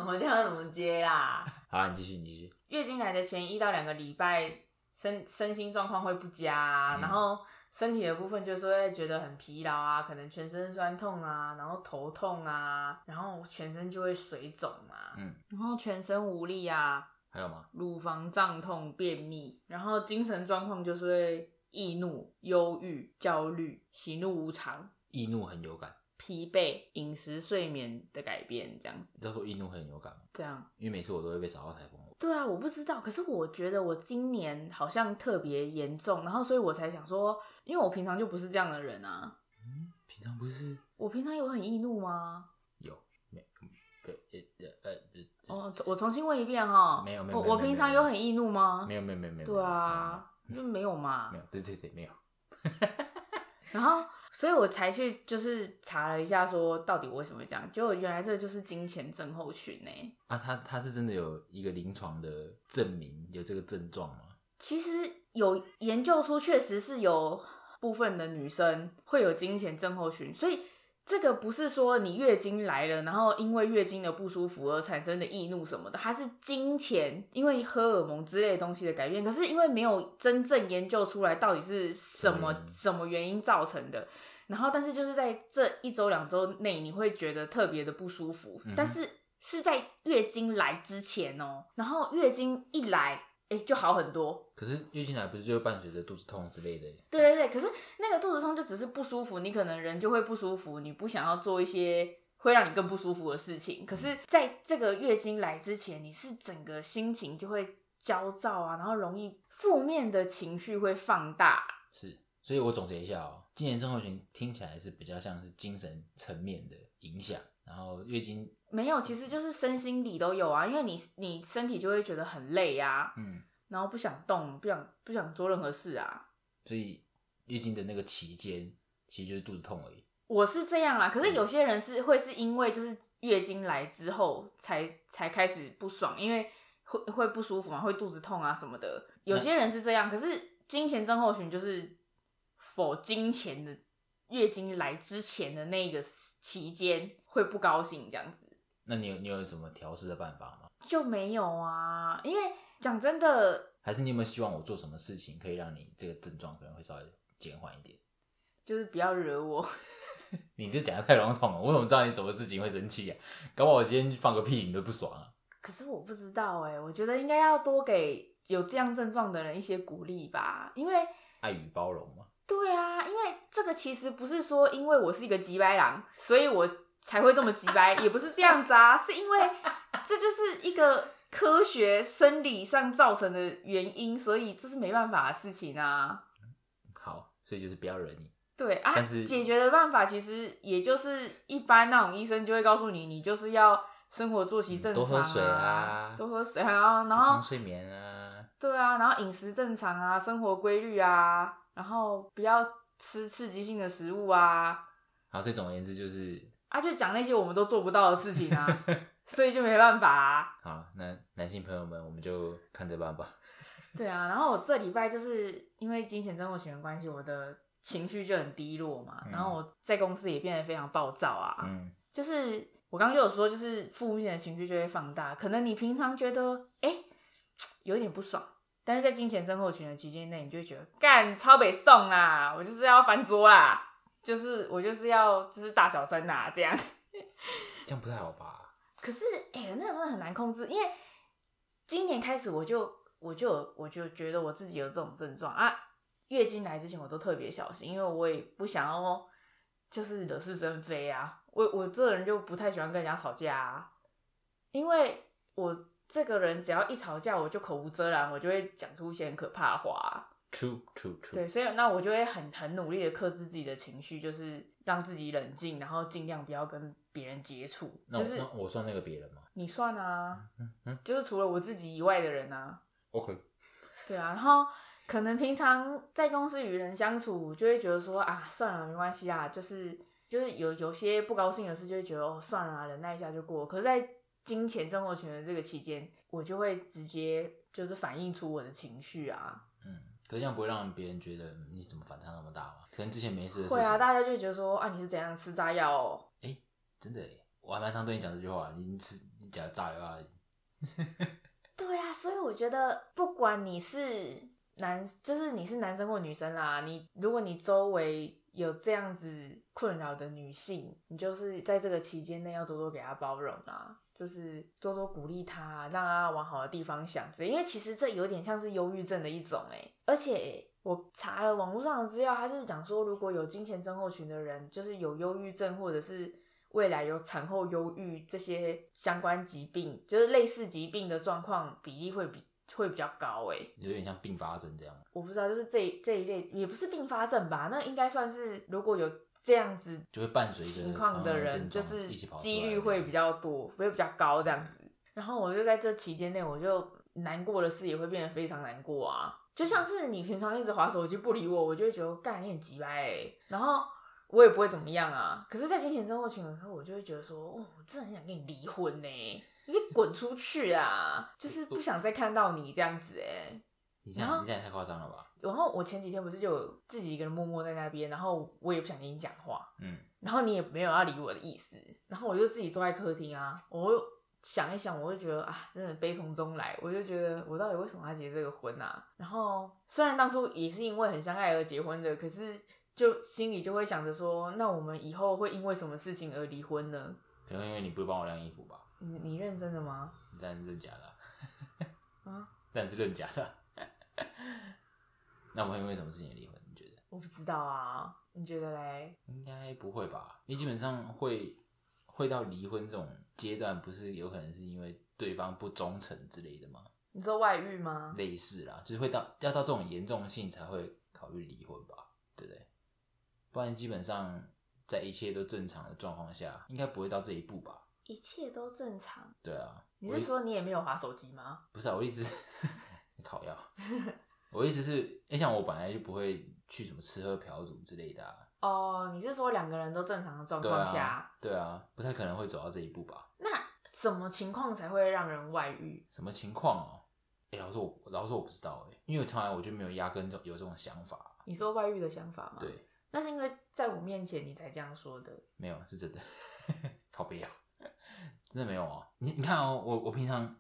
Speaker 2: 我这样怎么接啦？
Speaker 1: 好啊，你继续，你继续。
Speaker 2: <laughs> 月经来的前一到两个礼拜，身身心状况会不佳、啊
Speaker 1: 嗯
Speaker 2: 然后身体的部分就是会觉得很疲劳啊，可能全身酸痛啊，然后头痛啊，然后全身就会水肿啊，
Speaker 1: 嗯，
Speaker 2: 然后全身无力啊，
Speaker 1: 还有吗？
Speaker 2: 乳房胀痛、便秘，然后精神状况就是会易怒、忧郁、焦虑、喜怒无常、
Speaker 1: 易怒很有感，
Speaker 2: 疲惫、饮食、睡眠的改变，这样子，
Speaker 1: 你知道说易怒很有感吗？
Speaker 2: 这样。
Speaker 1: 因为每次我都会被扫到台风。
Speaker 2: 对啊，我不知道，可是我觉得我今年好像特别严重，然后所以我才想说，因为我平常就不是这样的人啊，
Speaker 1: 嗯，平常不是
Speaker 2: 我平常有很易怒吗？
Speaker 1: 有没不呃呃呃
Speaker 2: 哦，我重新问一遍哈，
Speaker 1: 没有没有
Speaker 2: 哦我
Speaker 1: 没有
Speaker 2: 我平常有很易怒吗？
Speaker 1: 没有没有没有没有
Speaker 2: 对啊，就没有嘛
Speaker 1: 没有没有没有没有没。有对对对没有
Speaker 2: <laughs> 然后，所以我才去就是查了一下，说到底我为什么会这样。结果原来这就是金钱症候群欸呢、
Speaker 1: 啊，他他是真的有一个临床的证明有这个症状吗？
Speaker 2: 其实有研究出，确实是有部分的女生会有金钱症候群，所以这个不是说你月经来了，然后因为月经的不舒服而产生的易怒什么的，它是金钱因为荷尔蒙之类的东西的改变。可是因为没有真正研究出来到底是什么、
Speaker 1: 嗯
Speaker 2: 什么原因造成的。然后，但是就是在这一周两周内，你会觉得特别的不舒服，
Speaker 1: 嗯哼
Speaker 2: 但是是在月经来之前哦。然后月经一来，哎，就好很多。
Speaker 1: 可是月经来不是就会伴随着肚子痛之类的？
Speaker 2: 对对对，可是那个肚子痛就只是不舒服，你可能人就会不舒服，你不想要做一些会让你更不舒服的事情。可是在这个月经来之前，你是整个心情就会焦躁啊，然后容易负面的情绪会放大。
Speaker 1: 是，所以我总结一下哦，今年症候群听起来是比较像是精神层面的影响，然后月经
Speaker 2: 没有，其实就是身心里都有啊，因为你你身体就会觉得很累啊，
Speaker 1: 嗯，
Speaker 2: 然后不想动，不想不想做任何事啊。
Speaker 1: 所以月经的那个期间其实就是肚子痛而已。
Speaker 2: 我是这样啦，可是有些人是会是因为就是月经来之后才才开始不爽，因为会会不舒服嘛，会肚子痛啊什么的。有些人是这样，可是金钱症候群就是否金钱的月经来之前的那个期间会不高兴这样子。
Speaker 1: 那你有你有什么调试的办法吗？
Speaker 2: 就没有啊，因为讲真的，
Speaker 1: 还是你有没有希望我做什么事情可以让你这个症状可能会稍微减缓一点？
Speaker 2: 就是不要惹我。 <laughs>
Speaker 1: 你这讲的太笼统了，我怎么知道你什么事情会生气啊？搞不好我今天放个屁你都不爽啊！
Speaker 2: 可是我不知道哎、我觉得应该要多给有这样症状的人一些鼓励吧，因为。
Speaker 1: 爱与包容嘛，
Speaker 2: 对啊，因为这个其实不是说因为我是一个急白狼，所以我才会这么急白，也不是这样子啊，是因为这就是一个科学生理上造成的原因，所以这是没办法的事情啊。
Speaker 1: 好，所以就是不要惹你。
Speaker 2: 对啊
Speaker 1: 但是，
Speaker 2: 解决的办法其实也就是一般那种医生就会告诉你，你就是要生活作息正常、
Speaker 1: 嗯
Speaker 2: 啊
Speaker 1: 多喝水啊
Speaker 2: 多喝水啊，然
Speaker 1: 补
Speaker 2: 后
Speaker 1: 充睡眠啊，
Speaker 2: 对啊，然后饮食正常啊，生活规律啊，然后不要吃刺激性的食物啊，
Speaker 1: 好，所以总而言之就是，
Speaker 2: 啊，就讲那些我们都做不到的事情
Speaker 1: <laughs>
Speaker 2: 啊，所以就没办法、啊。
Speaker 1: 好，那男性朋友们我们就看着办吧。
Speaker 2: 对啊，然后我这礼拜就是因为金钱症候群的关系，我的情绪就很低落嘛，
Speaker 1: 嗯
Speaker 2: 然后我在公司也变得非常暴躁啊，
Speaker 1: 嗯，
Speaker 2: <laughs> 就是我刚刚就有说，就是负面的情绪就会放大，可能你平常觉得哎、诶有一点不爽。但是在金钱症候群的期间内，你就会觉得干超北宋啦，我就是要翻桌啦，就是我就是要就是大小声啦，这样。
Speaker 1: 这样不太好吧？
Speaker 2: 可是哎、欸那个真的很难控制，因为今年开始我就我就有我就觉得我自己有这种症状啊，月经来之前我都特别小心，因为我也不想要就是惹是生非啊。我我这人就不太喜欢跟人家吵架啊，因为我这个人只要一吵架，我就口无遮拦，我就会讲出一些很可怕的话啊、
Speaker 1: True, true, true。
Speaker 2: 对，所以那我就会很很努力的克制自己的情绪，就是让自己冷静，然后尽量不要跟别人接触。
Speaker 1: 那
Speaker 2: 就
Speaker 1: 我、
Speaker 2: 是
Speaker 1: 那我算那个别人吗
Speaker 2: 你算啊，
Speaker 1: 嗯嗯
Speaker 2: 就是除了我自己以外的人啊，
Speaker 1: ？OK，
Speaker 2: 对啊，然后可能平常在公司与人相处，就会觉得说啊，算了，没关系啊，就是就是有有些不高兴的事，就会觉得哦，算了啊，忍耐一下就过了。可是，在金钱生活权的这个期间，我就会直接就是反映出我的情绪啊，
Speaker 1: 嗯，可是这样不会让别人觉得嗯你怎么反差那么大吗？可能之前没事的事情。
Speaker 2: 会啊，大家就会觉得说啊，你是怎样吃炸药哦？
Speaker 1: 真的耶，我还蛮常对你讲这句话，你你吃你讲炸药啊，
Speaker 2: 对啊，所以我觉得不管你是男，就是你是男生或女生啦，你如果你周围有这样子困扰的女性，你就是在这个期间内要多多给她包容啊，就是多多鼓励她，让她往好的地方想之类。因为其实这有点像是忧郁症的一种哎、而且。我查了网络上的资料，他是讲说，如果有金钱症候群的人，就是有忧郁症或者是未来有产后忧郁这些相关疾病，就是类似疾病的状况比例会比会比较高诶、
Speaker 1: 有点像并发症这样。
Speaker 2: 我不知道，就是这一这一类也不是并发症吧？那应该算是如果有这样子
Speaker 1: 就会啊伴随着
Speaker 2: 情况的人，
Speaker 1: 同样的症状
Speaker 2: 就是
Speaker 1: 一起跑出来
Speaker 2: 几率会比较多，会比较高这样子。然后我就在这期间内，我就难过的事也会变得非常难过啊。就像是你平常一直划手机不理我，我就会觉得干你很急掰、欸，然后我也不会怎么样啊。可是，在金钱症候群的时候，我就会觉得说，哦，我真的很想跟你离婚呢、你给滚出去啊！就是不想再看到你这样子哎、
Speaker 1: 你这
Speaker 2: 然
Speaker 1: 样
Speaker 2: 后
Speaker 1: 你这样也太夸张了吧？
Speaker 2: 然后我前几天不是就有自己一个人默默在那边，然后我也不想跟你讲话，
Speaker 1: 嗯，
Speaker 2: 然后你也没有要理我的意思，然后我就自己坐在客厅啊，我又想一想，我就觉得啊，真的悲从中来，我就觉得我到底为什么要结这个婚啊？然后虽然当初也是因为很相爱而结婚的，可是就心里就会想着说，那我们以后会因为什么事情而离婚呢？
Speaker 1: 可能因为你不会帮我晾衣服吧？
Speaker 2: 你你认真的吗？
Speaker 1: 你当然是认假的啊、
Speaker 2: 啊，
Speaker 1: 当然是认假的 <laughs> 啊、那我们会因为什么事情离婚？你觉得？
Speaker 2: 我不知道啊，你觉得嘞？
Speaker 1: 应该不会吧？因为基本上会会到离婚这种阶段，不是有可能是因为对方不忠诚之类的吗？
Speaker 2: 你说外遇吗？
Speaker 1: 类似啦，就是会到要到这种严重性才会考虑离婚吧，对不对？不然基本上在一切都正常的状况下，应该不会到这一步吧？
Speaker 2: 一切都正常。
Speaker 1: 对啊，
Speaker 2: 你
Speaker 1: 我
Speaker 2: 是
Speaker 1: 一
Speaker 2: 说你也没有划手机吗？
Speaker 1: 不是啊，我一直 <laughs> 你烤药。 <laughs> 我意思是，因为像我本来就不会去什么吃喝嫖赌之类的、啊，
Speaker 2: 哦，你是说两个人都正常的状
Speaker 1: 对
Speaker 2: 况下，
Speaker 1: 啊，对啊，不太可能会走到这一步吧？
Speaker 2: 那什么情况才会让人外遇？
Speaker 1: 什么情况哦？哎、老实说我，老实说我不知道哎、因为从来我就没有压根就有这种想法。啊
Speaker 2: 你说外遇的想法吗？，
Speaker 1: 对，
Speaker 2: 那是因为在我面前你才这样说的。
Speaker 1: 没有是真的，靠背啊，真的没有哦。你你看哦，我我平常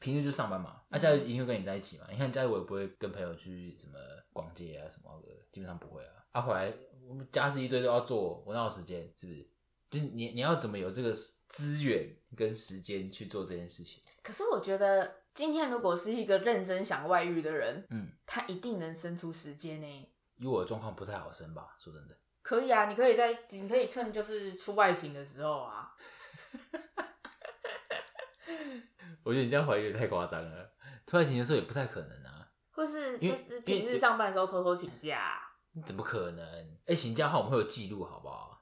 Speaker 1: 平时就上班嘛，那、啊、
Speaker 2: 嗯
Speaker 1: 假日一定会跟你在一起嘛。你看假日我也不会跟朋友去什么逛街啊什么的，基本上不会啊。啊，回来我们家事一堆都要做，我哪有时间？是不是？就是你你要怎么有这个资源跟时间去做这件事情？
Speaker 2: 可是我觉得今天如果是一个认真想外遇的人，
Speaker 1: 嗯，
Speaker 2: 他一定能生出时间呢、
Speaker 1: 以我的状况不太好生吧，说真的。
Speaker 2: 可以啊，你可以在，你可以趁就是出外勤的时候啊。
Speaker 1: 我觉得你这样怀疑也太夸张了。突然请的时候也不太可能啊，
Speaker 2: 或是
Speaker 1: 因
Speaker 2: 就
Speaker 1: 为
Speaker 2: 是
Speaker 1: 因为
Speaker 2: 平日上班的时候偷偷请假啊、
Speaker 1: 怎么可能？哎、请假的话我们会有记录，好不好？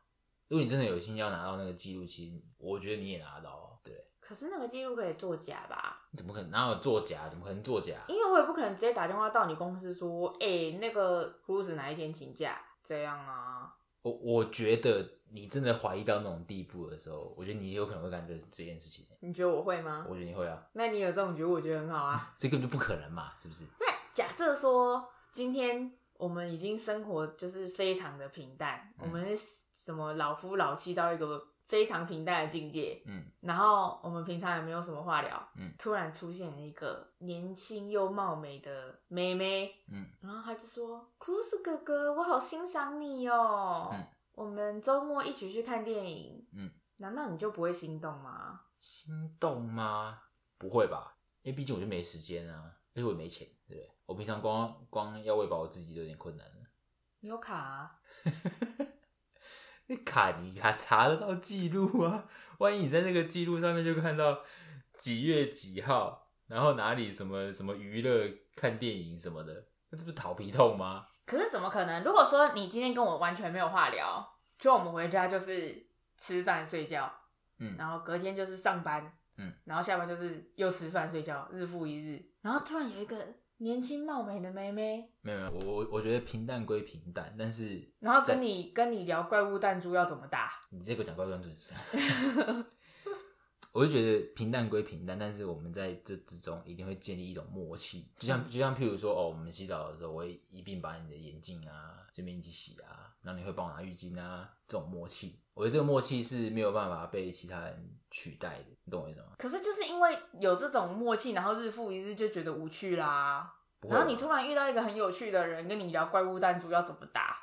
Speaker 1: 如果你真的有心要拿到那个记录，其实我觉得你也拿得到啊。对，
Speaker 2: 可是那个记录可以作假吧？
Speaker 1: 你怎么可能哪有作假？怎么可能作假？
Speaker 2: 因为我也不可能直接打电话到你公司说，哎、那个 Cruz 哪一天请假？这样啊，
Speaker 1: 我我觉得你真的怀疑到那种地步的时候，我觉得你有可能会干这这件事情。
Speaker 2: 你觉得我会吗？
Speaker 1: 我觉得你会啊，
Speaker 2: 那你有这种觉得，我觉得很好啊。
Speaker 1: 所以根本就不可能嘛，是不是？
Speaker 2: <laughs> 那假设说今天我们已经生活就是非常的平淡，
Speaker 1: 嗯
Speaker 2: 我们是什么老夫老妻到一个非常平淡的境界，
Speaker 1: 嗯，
Speaker 2: 然后我们平常也没有什么话聊，
Speaker 1: 嗯
Speaker 2: 突然出现了一个年轻又貌美的妹妹，
Speaker 1: 嗯，
Speaker 2: 然后他就说：“库鲁斯哥哥，我好欣赏你哦、
Speaker 1: 嗯
Speaker 2: 我们周末一起去看电影。”
Speaker 1: 嗯，
Speaker 2: 难道你就不会心动吗？
Speaker 1: 心动吗？不会吧，因为毕竟我就没时间啊，而且我也没钱，对不对？我平常光光要喂饱我自己都有点困难了。
Speaker 2: 你有卡、啊，
Speaker 1: 那卡你还查得到记录啊？万一你在那个记录上面就看到几月几号，然后哪里什么什么娱乐、看电影什么的，那这不是逃皮痛吗？
Speaker 2: 可是怎么可能？如果说你今天跟我完全没有话聊，就我们回家就是吃饭睡觉，
Speaker 1: 嗯
Speaker 2: 然后隔天就是上班，
Speaker 1: 嗯，
Speaker 2: 然后下班就是又吃饭睡觉，日复一日。然后突然有一个年轻貌美的妹妹，
Speaker 1: 没有没有，我我我觉得平淡归平淡，但是
Speaker 2: 然后跟你跟你聊怪物弹珠要怎么打，
Speaker 1: 你这个讲高端主持， <laughs> 我就觉得平淡归平淡，但是我们在这之中一定会建立一种默契，就
Speaker 2: 嗯
Speaker 1: 像就像譬如说哦，我们洗澡的时候，我会一并把你的眼镜啊这边一起洗啊，然后你会帮我拿浴巾啊，这种默契，我觉得这个默契是没有办法被其他人取代的，你懂我意思吗？
Speaker 2: 可是就是因为有这种默契，然后日复一日就觉得无趣啦。
Speaker 1: 不会
Speaker 2: 然
Speaker 1: 吧
Speaker 2: 后你突然遇到一个很有趣的人，跟你聊怪物弹珠要怎么
Speaker 1: <laughs>
Speaker 2: 打，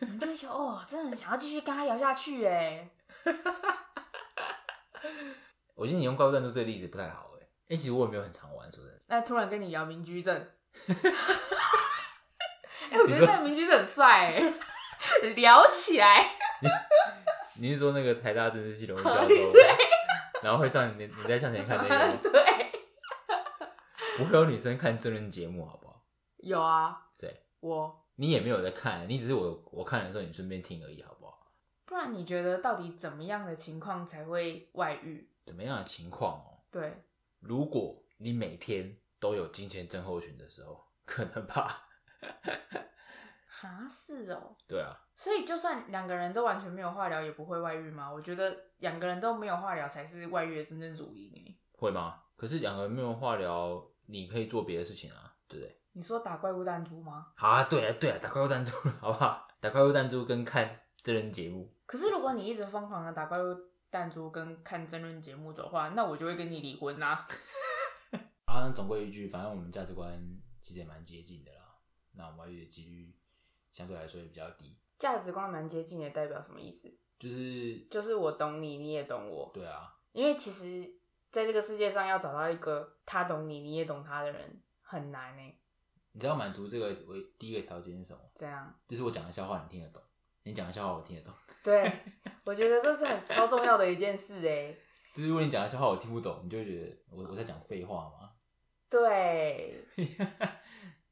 Speaker 2: 你就会觉得哦，真的想要继续跟他聊下去哎。
Speaker 1: 我觉得你用怪物弹珠这个例子不太好哎、欸，哎、其实我也没有很常玩，说真的，
Speaker 2: 那突然跟你聊民居症，哎、我觉得那个民居是很帅、欸，聊起来，
Speaker 1: 你是说那个台大政治系
Speaker 2: 哦
Speaker 1: 荣誉教授吗？然后会上你你在向前看那
Speaker 2: <laughs>
Speaker 1: 个，
Speaker 2: 对，
Speaker 1: 不会有女生看真人节目，好不好？
Speaker 2: 有啊，
Speaker 1: 对，
Speaker 2: 我。
Speaker 1: 你也没有在看，你只是我我看的时候你顺便听而已，好不好？
Speaker 2: 不然你觉得到底怎么样的情况才会外遇？
Speaker 1: 怎么样的情况哦？
Speaker 2: 对，
Speaker 1: 如果你每天都有金钱症候群的时候，可能吧？ <laughs>
Speaker 2: 哈是哦，
Speaker 1: 对啊，
Speaker 2: 所以就算两个人都完全没有话聊，也不会外遇吗？我觉得两个人都没有话聊才是外遇的真正主因欸。
Speaker 1: 会吗？可是两个人没有话聊，你可以做别的事情啊，对不对？
Speaker 2: 你说打怪物弹珠吗？
Speaker 1: 好啊，对啊，对啊，打怪物弹珠，好不好？ <laughs> 打怪物弹珠跟看真人节目，
Speaker 2: 可是如果你一直疯狂的打怪物弹珠跟看争论节目的话，那我就会跟你离婚啦、
Speaker 1: 啊，那总归一句，反正我们价值观其实也蛮接近的啦。那我们外遇的几率相对来说也比较低，
Speaker 2: 价值观蛮接近的，代表什么意思？
Speaker 1: 就是
Speaker 2: 就是我懂你，你也懂我。
Speaker 1: 对啊，
Speaker 2: 因为其实在这个世界上要找到一个他懂你，你也懂他的人很难呢、
Speaker 1: 你知道满足这个为第一个条件是什么？
Speaker 2: 这样，
Speaker 1: 就是我讲的笑话你听得懂，你讲的笑话我听得懂。
Speaker 2: 对我觉得这是很超重要的一件事哎、
Speaker 1: 就是如果你讲的笑话我听不懂，你就会觉得我我在讲废话嘛，
Speaker 2: 对，
Speaker 1: <laughs>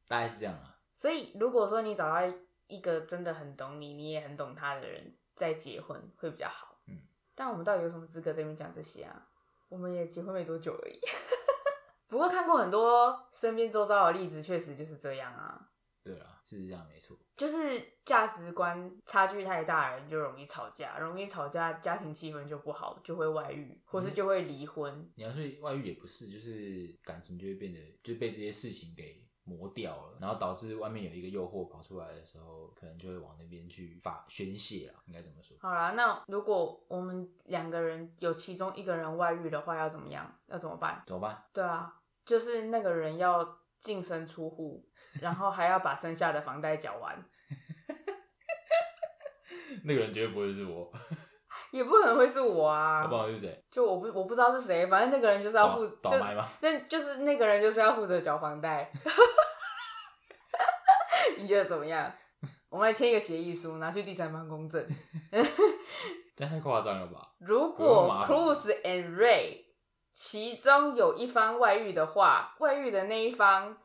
Speaker 1: 大概是这样啊。
Speaker 2: 所以如果说你找到一个真的很懂你，你也很懂他的人，再结婚会比较好。
Speaker 1: 嗯，
Speaker 2: 但我们到底有什么资格在那边讲这些啊？我们也结婚没多久而已。 <laughs> 不过看过很多身边周遭的例子，确实就是这样啊，
Speaker 1: 对啦，是这样没错。
Speaker 2: 就是价值观差距太大，人就容易吵架，容易吵架，家庭气氛就不好，就会外遇，或
Speaker 1: 嗯
Speaker 2: 是就会离婚。
Speaker 1: 你要说外遇也不是，就是感情就会变得就被这些事情给磨掉了，然后导致外面有一个诱惑跑出来的时候，可能就会往那边去发宣泄啊，应该怎么说？
Speaker 2: 好啦，那如果我们两个人有其中一个人外遇的话，要怎么样？要怎么办？
Speaker 1: 怎么办？
Speaker 2: 对啊，就是那个人要净身出户，然后还要把剩下的房贷缴完，
Speaker 1: 那个人绝对不会是我，
Speaker 2: 也不可能会是我啊
Speaker 1: 好不。好？是谁？
Speaker 2: 就我不我不知道是谁，反正那个人就是要
Speaker 1: 倒
Speaker 2: 负，
Speaker 1: 倒
Speaker 2: 就
Speaker 1: 麦吗？ <laughs>
Speaker 2: 那就是那个人就是要负责缴房贷。 <laughs> 你觉得怎么样？我们来签一个协议书，拿去第三方公证。
Speaker 1: 这样太夸张了吧？
Speaker 2: 如
Speaker 1: 不用
Speaker 2: 果
Speaker 1: 麻烦
Speaker 2: Cruz and Ray 其中有一方外遇的话，外遇的那一方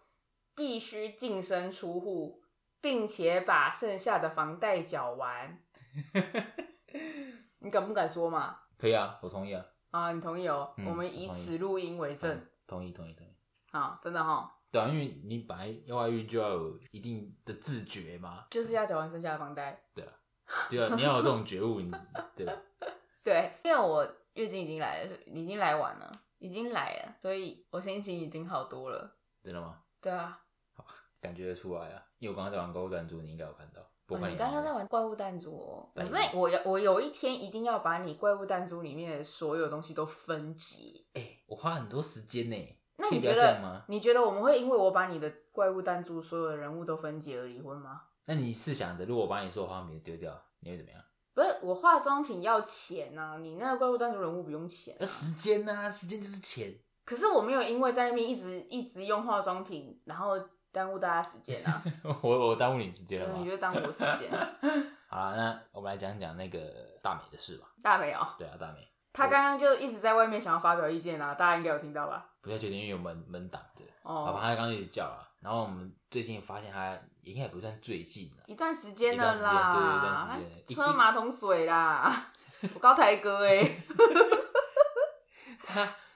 Speaker 2: 必须净身出户，并且把剩下的房贷缴完。
Speaker 1: <laughs>
Speaker 2: 你敢不敢说嘛？
Speaker 1: 可以啊，我同意啊，
Speaker 2: 啊，你同意哦？
Speaker 1: 嗯
Speaker 2: 我们以此录音为证
Speaker 1: 同意同意同意。
Speaker 2: 啊，真的哈、哦，
Speaker 1: 对啊，因为你本来要外遇就要有一定的自觉嘛，
Speaker 2: 就是要缴完剩下的房贷。
Speaker 1: 对啊，你要有这种觉悟，你 <laughs> 对吧？
Speaker 2: 对，因为我月经已经来了，已经来晚了，已经来了，所以我心情已经好多了。
Speaker 1: 真的吗？
Speaker 2: 对啊，
Speaker 1: 感觉得出来啊，因为我刚刚在玩购物赞助，你应该有看到。不
Speaker 2: 哦
Speaker 1: 管
Speaker 2: 你
Speaker 1: 有
Speaker 2: 刚
Speaker 1: 没
Speaker 2: 刚
Speaker 1: 有
Speaker 2: 在玩怪物弹珠哦，我
Speaker 1: 对
Speaker 2: 是我有我有一天一定要把你怪物弹珠里面的所有东西都分解。
Speaker 1: 哎、我花很多时间呢、
Speaker 2: 那
Speaker 1: 可以
Speaker 2: 你
Speaker 1: 不要
Speaker 2: 觉
Speaker 1: 这样吗
Speaker 2: 得？你觉得我们会因为我把你的怪物弹珠所有的人物都分解而离婚吗？
Speaker 1: 那你试想着，如果我把你所有化妆品丢掉，你会怎么样？
Speaker 2: 不是，我化妆品要钱呐、你那个怪物弹珠人物不用钱、啊
Speaker 1: 那。呃时间呢、时间就是钱。 <laughs>
Speaker 2: 可是我没有因为在那边一直一直用化妆品，然后耽误大家时间啊，
Speaker 1: 我我耽误你时间
Speaker 2: 对
Speaker 1: 了，
Speaker 2: 你
Speaker 1: 吗？
Speaker 2: 就耽误我时间。啊
Speaker 1: 好了，那我们来讲讲那个大美的事吧。
Speaker 2: 大美哦，
Speaker 1: 对啊，大美
Speaker 2: 他刚刚就一直在外面想要发表意见啊，大家应该有听到吧？
Speaker 1: 不太确定，因为有门门挡着。好吧，
Speaker 2: 哦，
Speaker 1: 他刚刚一直叫了，然后我们最近发现他应该也不算最近了，
Speaker 2: 一段时间了啦，
Speaker 1: 一段时间对一段时间
Speaker 2: 喝马桶水
Speaker 1: <laughs>
Speaker 2: 啦，我高抬哥哎、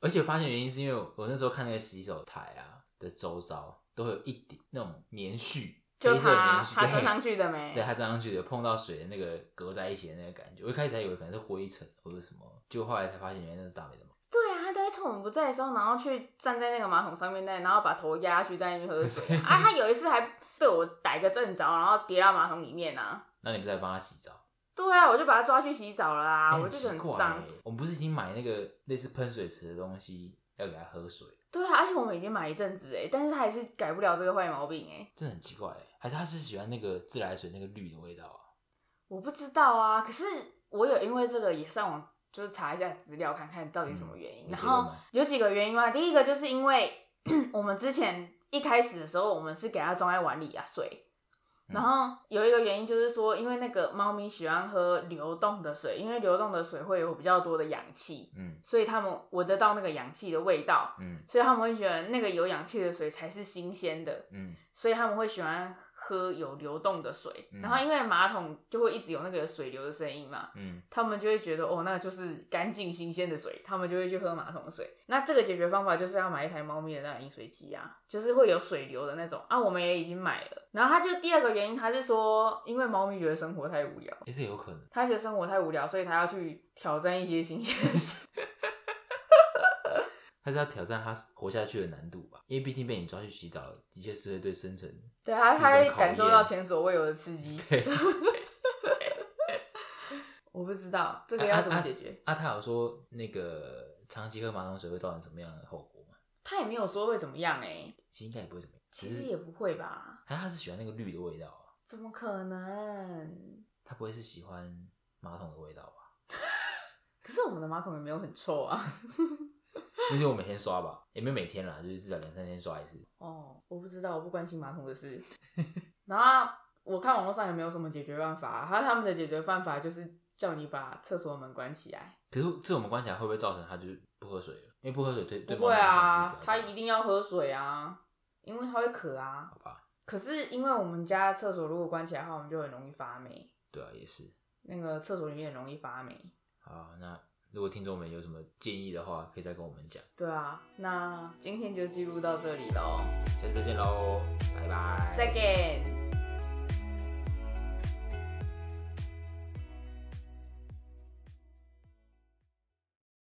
Speaker 1: 而且发现原因是因为我我那时候看那个洗手台啊的周遭都会有一点那种棉絮，
Speaker 2: 就
Speaker 1: 黑色的棉
Speaker 2: 他
Speaker 1: 絮
Speaker 2: 他
Speaker 1: 对
Speaker 2: 升上去的没
Speaker 1: 对，？它沾上去的，碰到水的那个隔在一起的那个感觉，我一开始还以为可能是灰尘或者什么，就后来才发现原来那是大美的毛。
Speaker 2: 对啊，他都会趁我们不在的时候，然后去站在那个马桶上面那，然后把头压下去在那边
Speaker 1: <laughs>
Speaker 2: 喝水啊。他有一次还被我逮个正着，然后跌到马桶里面啊。
Speaker 1: 那你不是在帮它洗澡？
Speaker 2: 对啊，我就把他抓去洗澡了啊，
Speaker 1: 欸
Speaker 2: 我就觉得
Speaker 1: 很奇
Speaker 2: 很
Speaker 1: 怪
Speaker 2: 脏
Speaker 1: 欸。我们不是已经买那个类似喷水池的东西要给它喝水，
Speaker 2: 对啊，而且我们已经买一阵子哎，但是他还是改不了这个坏毛病哎。
Speaker 1: 真的很奇怪欸。还是它是喜欢那个自来水那个绿的味道啊？
Speaker 2: 我不知道啊，可是我有因为这个也上网就是查一下资料，看看到底什么原因。
Speaker 1: 嗯有
Speaker 2: 然
Speaker 1: 结论
Speaker 2: 后
Speaker 1: 吗
Speaker 2: 有几个原因嘛，第一个就是 <clears throat> 因为啊我们之前一开始的时候，我们是给它装在碗里啊水，然后有一个原因就是说，因为那个猫咪喜欢喝流动的水，因为流动的水会有比较多的氧气，
Speaker 1: 嗯
Speaker 2: 所以它们闻得到那个氧气的味道，
Speaker 1: 嗯
Speaker 2: 所以它们会觉得那个有氧气的水才是新鲜的，
Speaker 1: 嗯
Speaker 2: 所以他们会喜欢喝有流动的水。
Speaker 1: 嗯
Speaker 2: 然后因为马桶就会一直有那个水流的声音嘛，
Speaker 1: 嗯
Speaker 2: 他们就会觉得哦，那就是干净新鲜的水，他们就会去喝马桶水。那这个解决方法就是要买一台猫咪的那种饮水机啊，就是会有水流的那种啊，我们也已经买了。然后他就第二个原因，他是说因为猫咪觉得生活太无聊，
Speaker 1: 也是有可能。
Speaker 2: 他觉得生活太无聊，所以他要去挑战一些新鲜的事。
Speaker 1: 他是要挑战他活下去的难度吧，因为毕竟被你抓去洗澡，的确是会对生存。
Speaker 2: <laughs> 对啊他，他
Speaker 1: 一
Speaker 2: 会
Speaker 1: 种考
Speaker 2: 感受
Speaker 1: 验
Speaker 2: 到前所未有的刺激。
Speaker 1: 对，
Speaker 2: <laughs> 我不知道这个要怎么解决。
Speaker 1: 啊，他有说那个长期喝马桶水会造成什么样的后果吗？
Speaker 2: 他也没有说会怎么样哎、
Speaker 1: 其实应该也不会怎么样，
Speaker 2: 其
Speaker 1: 只
Speaker 2: 实
Speaker 1: 是
Speaker 2: 也不会吧？
Speaker 1: 他他是喜欢那个绿的味道啊，
Speaker 2: 怎么可能？
Speaker 1: 他不会是喜欢马桶的味道吧？
Speaker 2: 可是我们的马桶也没有很臭啊。 <laughs>
Speaker 1: 就是我每天刷吧，也没有每天啦，就是至少两三天刷一次。
Speaker 2: 哦，我不知道，我不关心马桶的事。 <laughs> 然后我看网络上也没有什么解决办法、啊，他他们的解决办法就是叫你把厕所门关起来。
Speaker 1: 可是这我们观察会不会造成他就是不喝水了？因为不喝水对对
Speaker 2: 不会啊，
Speaker 1: 猫
Speaker 2: 他
Speaker 1: 咪的情绪比较大
Speaker 2: 一定要喝水啊，因为他会渴啊。
Speaker 1: 好吧？
Speaker 2: 可是因为我们家厕所如果关起来的话，我们就很容易发霉，
Speaker 1: 对啊，也是。
Speaker 2: 那个厕所里面很容易发霉。
Speaker 1: 好，那如果听众们有什么建议的话，可以再跟我们讲。
Speaker 2: 对啊，那今天就记录到这里喽，
Speaker 1: 下次再见喽，拜拜，
Speaker 2: 再见。